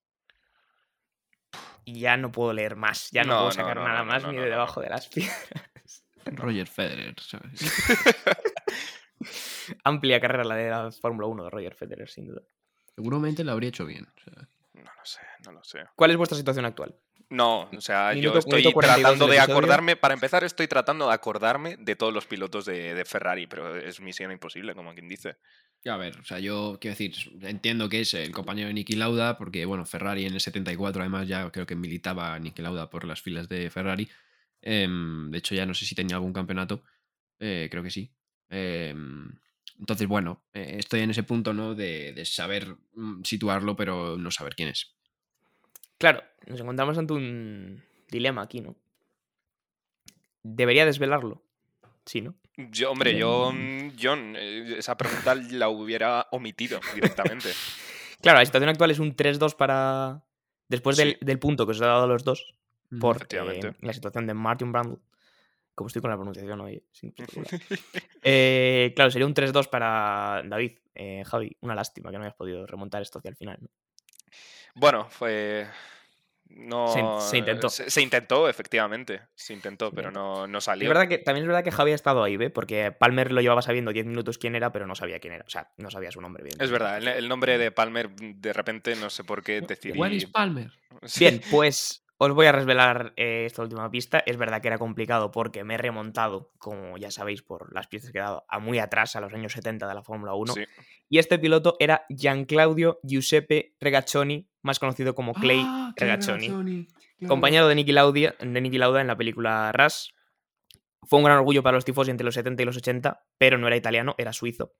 Speaker 1: Y ya no puedo leer más, ya no,
Speaker 2: No,
Speaker 1: puedo
Speaker 2: no,
Speaker 1: sacar
Speaker 2: no,
Speaker 1: nada
Speaker 2: no, no,
Speaker 1: más
Speaker 2: no,
Speaker 1: ni
Speaker 2: no,
Speaker 1: de
Speaker 2: no.
Speaker 1: debajo de las piedras.
Speaker 3: Roger Federer, ¿sabes?
Speaker 1: Amplia carrera la de la Fórmula 1 de Roger Federer, sin duda.
Speaker 3: Seguramente lo habría hecho bien. o sea.
Speaker 2: No lo sé, no lo sé.
Speaker 1: ¿Cuál es vuestra situación actual?
Speaker 2: No, o sea,
Speaker 1: Minuto-
Speaker 2: yo estoy
Speaker 1: minuto 42
Speaker 2: tratando
Speaker 1: del
Speaker 2: de
Speaker 1: episodio.
Speaker 2: acordarme, para empezar, estoy tratando de acordarme de todos los pilotos de, de Ferrari, pero es misión imposible, como quien dice.
Speaker 3: A ver, o sea, yo quiero decir, entiendo que es el compañero de Niki Lauda, porque bueno, Ferrari en el 74 además ya creo que militaba Niki Lauda por las filas de Ferrari. Em, de hecho, ya no sé si tenía algún campeonato, eh, creo que sí. Em, entonces, bueno, eh, estoy en ese punto, ¿no? De, de saber mm, situarlo, pero no saber quién es.
Speaker 1: Claro, nos encontramos ante un dilema aquí, ¿no? ¿Debería desvelarlo? Sí, ¿no?
Speaker 2: Yo, hombre, yo, mm, John, eh, esa pregunta la hubiera omitido directamente.
Speaker 1: Claro, la situación actual es un 3-2 para... Después del,
Speaker 2: Sí.
Speaker 1: del punto que os he dado a los dos,
Speaker 3: Mm.
Speaker 1: por eh,
Speaker 2: efectivamente.
Speaker 1: la situación de Martin Brundle. Como estoy con la pronunciación hoy, sin particular. Eh, claro, sería un 3-2 para David. Eh, Javi, una lástima que no hayas podido remontar esto hacia el final. ¿no?
Speaker 2: Bueno, fue... No,
Speaker 1: se intentó.
Speaker 2: Se, se intentó, efectivamente. Se intentó, pero no, no
Speaker 1: Es
Speaker 2: salió.
Speaker 1: verdad que, también es verdad que Javi ha estado ahí, ¿ve? Porque Palmer lo llevaba sabiendo 10 minutos quién era, pero no sabía quién era. O sea, no sabía su nombre.
Speaker 2: Es
Speaker 1: evidentemente.
Speaker 2: verdad, el, el nombre de Palmer de repente no sé por qué decidí.
Speaker 3: What is Palmer?
Speaker 2: Sí.
Speaker 1: Bien, pues os voy a resvelar eh, esta última pista. Es verdad que era complicado porque me he remontado, como ya sabéis, por las piezas que he dado, a muy atrás, a los años 70 de la Fórmula 1.
Speaker 2: Sí.
Speaker 1: Y este piloto era Gianclaudio Giuseppe Regazzoni, más conocido como Clay
Speaker 3: Ah, Clay
Speaker 1: Regazzoni.
Speaker 3: Regazzoni, claro.
Speaker 1: compañero de Niki, Lauda, de Niki Lauda en la película Rush. Fue un gran orgullo para los tifosi entre los 70 y los 80, pero no era italiano, era suizo.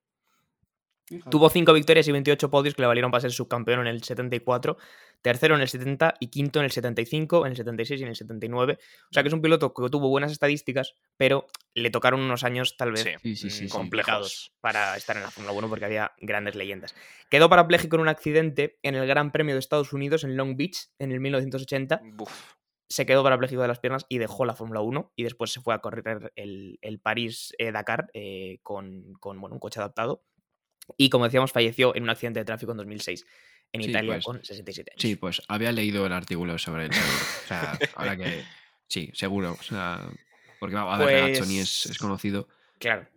Speaker 1: Tuvo 5 victorias y 28 podios que le valieron para ser subcampeón en el 74, tercero en el 70 y quinto en el 75, en el 76 y en el 79. O sea que es un piloto que tuvo buenas estadísticas, pero le tocaron unos años tal vez
Speaker 2: Sí,
Speaker 3: Sí, sí, sí.
Speaker 1: mm,
Speaker 3: sí.
Speaker 2: con-
Speaker 1: complicados para estar en la Fórmula 1 porque había grandes leyendas. Quedó parapléjico en un accidente en el Gran Premio de Estados Unidos en Long Beach en el 1980
Speaker 2: Buf.
Speaker 1: se quedó parapléjico de las piernas y dejó la Fórmula 1 y después se fue a correr el, el París-Dakar eh, con, con, bueno, un coche adaptado. Y como decíamos, falleció en un accidente de tráfico en 2006 en
Speaker 3: Sí,
Speaker 1: Italia
Speaker 3: pues.
Speaker 1: con 67 años.
Speaker 3: Sí, pues había leído el artículo sobre él. seguro. O sea, ahora que. Sí, seguro. O sea, porque va a ver, Regazzoni es,
Speaker 1: Pues-
Speaker 3: es conocido.
Speaker 1: Claro.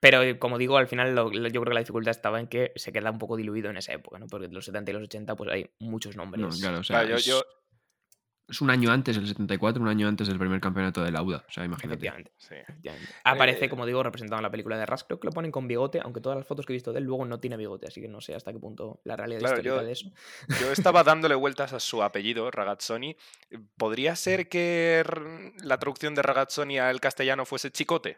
Speaker 1: Pero eh, como digo, al final lo- lo- yo creo que la dificultad estaba en que se queda un poco diluido en esa época, ¿no? Porque en los 70 y los 80 pues hay muchos nombres.
Speaker 3: No, claro, o sea,
Speaker 2: Claro, yo-
Speaker 3: es,
Speaker 2: yo-
Speaker 3: es un año antes, el 74, un año antes del primer campeonato de la UDA. O sea, imagínate.
Speaker 1: Efectivamente,
Speaker 2: Sí.
Speaker 1: efectivamente. Aparece,
Speaker 2: Eh,
Speaker 1: como digo, representado en la película de Ras. Creo que lo ponen con bigote, aunque todas las fotos que he visto de él luego no tiene bigote, así que no sé hasta qué punto la realidad
Speaker 2: Claro,
Speaker 1: histórica
Speaker 2: yo-
Speaker 1: de eso.
Speaker 2: Yo estaba dándole vueltas a su apellido, Ragazzoni. ¿Podría ser que r- la traducción de Ragazzoni al castellano fuese chicote?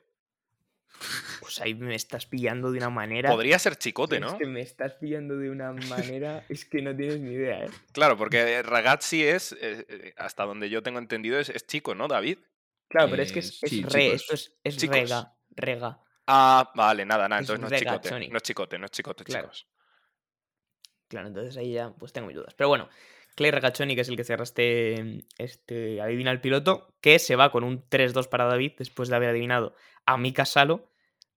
Speaker 1: Pues ahí me estás pillando de una manera.
Speaker 2: Podría ser
Speaker 1: Es
Speaker 2: chicote, ¿no?
Speaker 1: que me estás pillando de una manera. es que no tienes ni idea, ¿eh?
Speaker 2: Claro, porque Ragazzi es, eh, eh, hasta donde yo tengo entendido, es, es chico, ¿no, David?
Speaker 1: Claro, pero es que es,
Speaker 3: Eh,
Speaker 1: es
Speaker 3: sí,
Speaker 1: re,
Speaker 3: chicos,
Speaker 1: esto es, es
Speaker 2: chicos.
Speaker 1: rega, rega.
Speaker 2: Ah, vale, nada, nada,
Speaker 1: Es
Speaker 2: entonces no es
Speaker 1: Ragazzoni.
Speaker 2: chicote. No es chicote, no es chicote,
Speaker 1: Claro.
Speaker 2: chicos.
Speaker 1: Claro, entonces ahí ya pues tengo mis dudas. Pero bueno, Clay Regazzoni, que es el que cierra este, este adivina el piloto, que se va con un 3-2 para David después de haber adivinado a Mika Salo,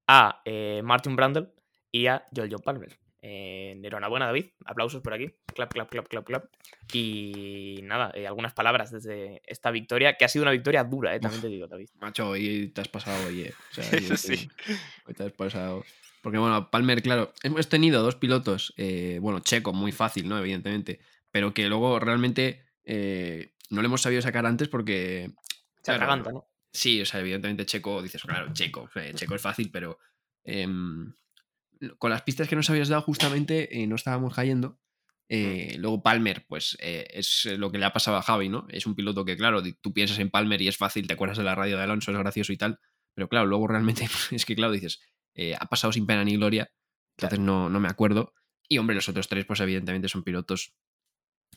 Speaker 1: a eh, Martin Brundle y a Joel John Palmer. Eh, enhorabuena, David. Aplausos por aquí. Clap, clap, clap, clap, clap. Y nada, eh, algunas palabras desde esta victoria, que ha sido una victoria dura, eh, también te digo, David.
Speaker 3: Macho, hoy te has pasado, oye. O sea, yo-
Speaker 2: Sí.
Speaker 3: Hoy te has pasado. Porque bueno, Palmer, claro, hemos tenido dos pilotos, eh, bueno, checo, muy fácil, ¿no? Evidentemente, pero que luego realmente eh, no le hemos sabido sacar antes porque...
Speaker 1: Se
Speaker 3: claro,
Speaker 1: atraganta, ¿no?
Speaker 3: Sí, o sea, evidentemente checo, dices, claro, checo, eh, checo es fácil, pero em, con las pistas que nos habías dado justamente eh, no estábamos cayendo. Eh, luego Palmer, pues eh, es lo que le ha pasado a Javi, ¿no? Es un piloto que, claro, di- tú piensas en Palmer y es fácil, te acuerdas de la radio de Alonso, es gracioso y tal, pero claro, luego realmente es que, claro, dices, eh, ha pasado sin pena ni gloria, entonces no, no me acuerdo. Y hombre, los otros tres, pues evidentemente son pilotos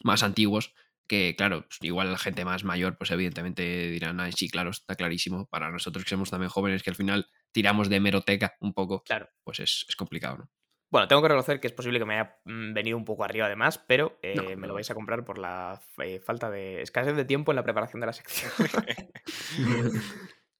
Speaker 3: más antiguos, que claro, pues, igual la gente más mayor, pues evidentemente dirán, ay, sí, claro, está clarísimo. Para nosotros que somos también jóvenes, que al final tiramos de meroteca un poco,
Speaker 1: Claro.
Speaker 3: pues es, es complicado, ¿no?
Speaker 1: Bueno, tengo que reconocer que es posible que me haya mm, venido un poco arriba además, pero eh, me
Speaker 3: no.
Speaker 1: lo vais a comprar por la eh, falta de escasez de tiempo en la preparación de la sección.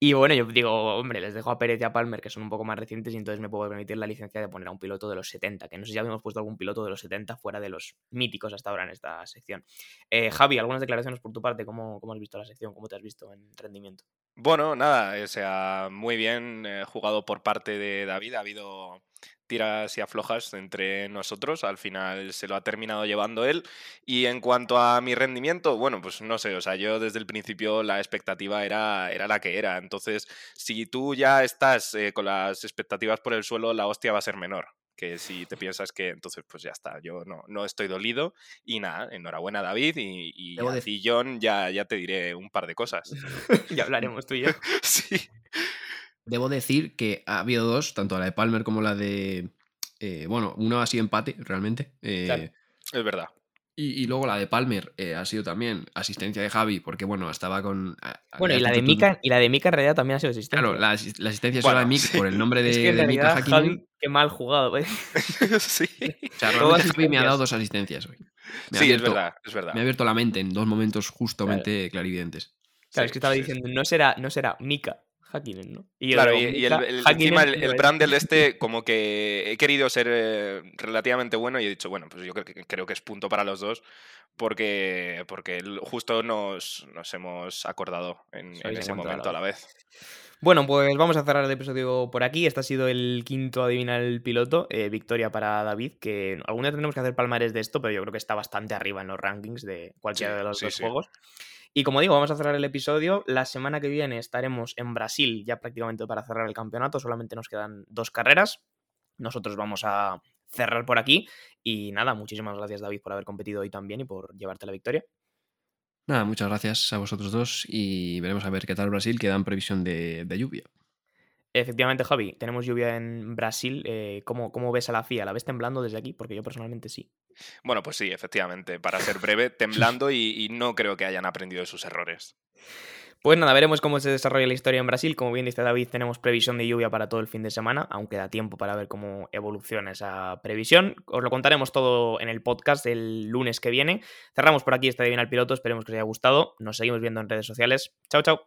Speaker 1: y bueno, yo digo, hombre, les dejo a Pérez y a Palmer, que son un poco más recientes, y entonces me puedo permitir la licencia de poner a un piloto de los 70, que no sé si habíamos puesto algún piloto de los 70 fuera de los míticos hasta ahora en esta sección. Eh, Javi, algunas declaraciones por tu parte, ¿cómo, cómo has visto la sección? ¿Cómo te has visto en rendimiento?
Speaker 2: Bueno, nada, eh, o sea, muy bien eh, jugado por parte de David. Ha habido tiras y aflojas entre nosotros. Al final se lo ha terminado llevando él. Y en cuanto a mi rendimiento, bueno, pues no sé, o sea, yo desde el principio la expectativa era, era la que era. Entonces, si tú ya estás eh, con las expectativas por el suelo, la hostia va a ser menor. Que si te piensas que entonces, pues ya está, yo no, no estoy dolido. Y nada, enhorabuena David y, y
Speaker 3: Debo
Speaker 2: a
Speaker 3: decir-
Speaker 2: ti, John, ya, ya te diré un par de cosas.
Speaker 1: ya hablaremos tú y yo.
Speaker 2: Sí.
Speaker 3: Debo decir que ha habido dos, tanto la de Palmer como la de. eh, bueno, uno ha sido empate, realmente. eh,
Speaker 1: Claro.
Speaker 2: Es verdad.
Speaker 3: y, y luego la de Palmer eh, ha sido también asistencia de Javi, porque bueno, estaba con. a- a-
Speaker 1: Bueno, y
Speaker 3: había
Speaker 1: la de
Speaker 3: actitud-
Speaker 1: Mika, y la de Mika en realidad también ha sido existente. ¿eh?
Speaker 3: Claro, la, asis- la asistencia solo de
Speaker 2: Bueno,
Speaker 3: Mick
Speaker 2: sí.
Speaker 3: por el nombre de,
Speaker 1: es que en
Speaker 3: de Mika
Speaker 1: realidad,
Speaker 3: Hakkinen.
Speaker 1: Javi, qué mal jugado, ¿eh?
Speaker 2: sí.
Speaker 3: O sea,
Speaker 1: Dos
Speaker 3: realmente Javi me ha
Speaker 1: asistencias.
Speaker 3: dado dos asistencias hoy. Me ha
Speaker 2: Sí, es
Speaker 3: abierto-
Speaker 2: verdad, es verdad.
Speaker 3: Me ha abierto la mente en dos momentos justamente clarividentes.
Speaker 1: Claro,
Speaker 2: Sí,
Speaker 1: es que estaba
Speaker 2: sí, sí.
Speaker 1: diciendo, no será, no será Mika Hakkinen, ¿no? Y yo
Speaker 2: Claro, y,
Speaker 1: digo,
Speaker 2: y el,
Speaker 1: Mika
Speaker 2: el-
Speaker 1: Hakkinen
Speaker 2: encima el,
Speaker 1: no
Speaker 2: el
Speaker 1: es.
Speaker 2: brand del este, como que he querido ser eh, relativamente bueno y he dicho, bueno, pues yo creo que, creo que es punto para los dos, porque, porque el- justo nos, nos hemos acordado en, en
Speaker 1: habéis
Speaker 2: ese
Speaker 1: encontrado a la
Speaker 2: momento a la vez.
Speaker 1: Bueno, pues vamos a cerrar el episodio por aquí. Este ha sido el quinto Adivina el Piloto. eh, victoria para David, que algún día tendremos que hacer palmares de esto, pero yo creo que está bastante arriba en los rankings de cualquiera
Speaker 2: Sí,
Speaker 1: de los
Speaker 2: sí,
Speaker 1: dos
Speaker 2: sí.
Speaker 1: juegos. Y como digo, vamos a cerrar el episodio. La semana que viene estaremos en Brasil ya prácticamente para cerrar el campeonato. Solamente nos quedan dos carreras. Nosotros vamos a cerrar por aquí. Y nada, muchísimas gracias David por haber competido hoy también y por llevarte la victoria.
Speaker 3: Nada, muchas gracias a vosotros dos y veremos a ver qué tal Brasil, que dan previsión de, de lluvia.
Speaker 1: Efectivamente, Javi, tenemos lluvia en Brasil. eh, ¿cómo, ¿Cómo ves a la FIA? ¿La ves temblando desde aquí? Porque yo personalmente sí.
Speaker 2: Bueno, pues sí, efectivamente, para ser breve, temblando y, y no creo que hayan aprendido de sus errores.
Speaker 1: Pues nada, veremos cómo se desarrolla la historia en Brasil. Como bien dice David, tenemos previsión de lluvia para todo el fin de semana, aunque da tiempo para ver cómo evoluciona esa previsión. Os lo contaremos todo en el podcast el lunes que viene. Cerramos por aquí este Divina al Piloto, esperemos que os haya gustado. Nos seguimos viendo en redes sociales. Chao, chao.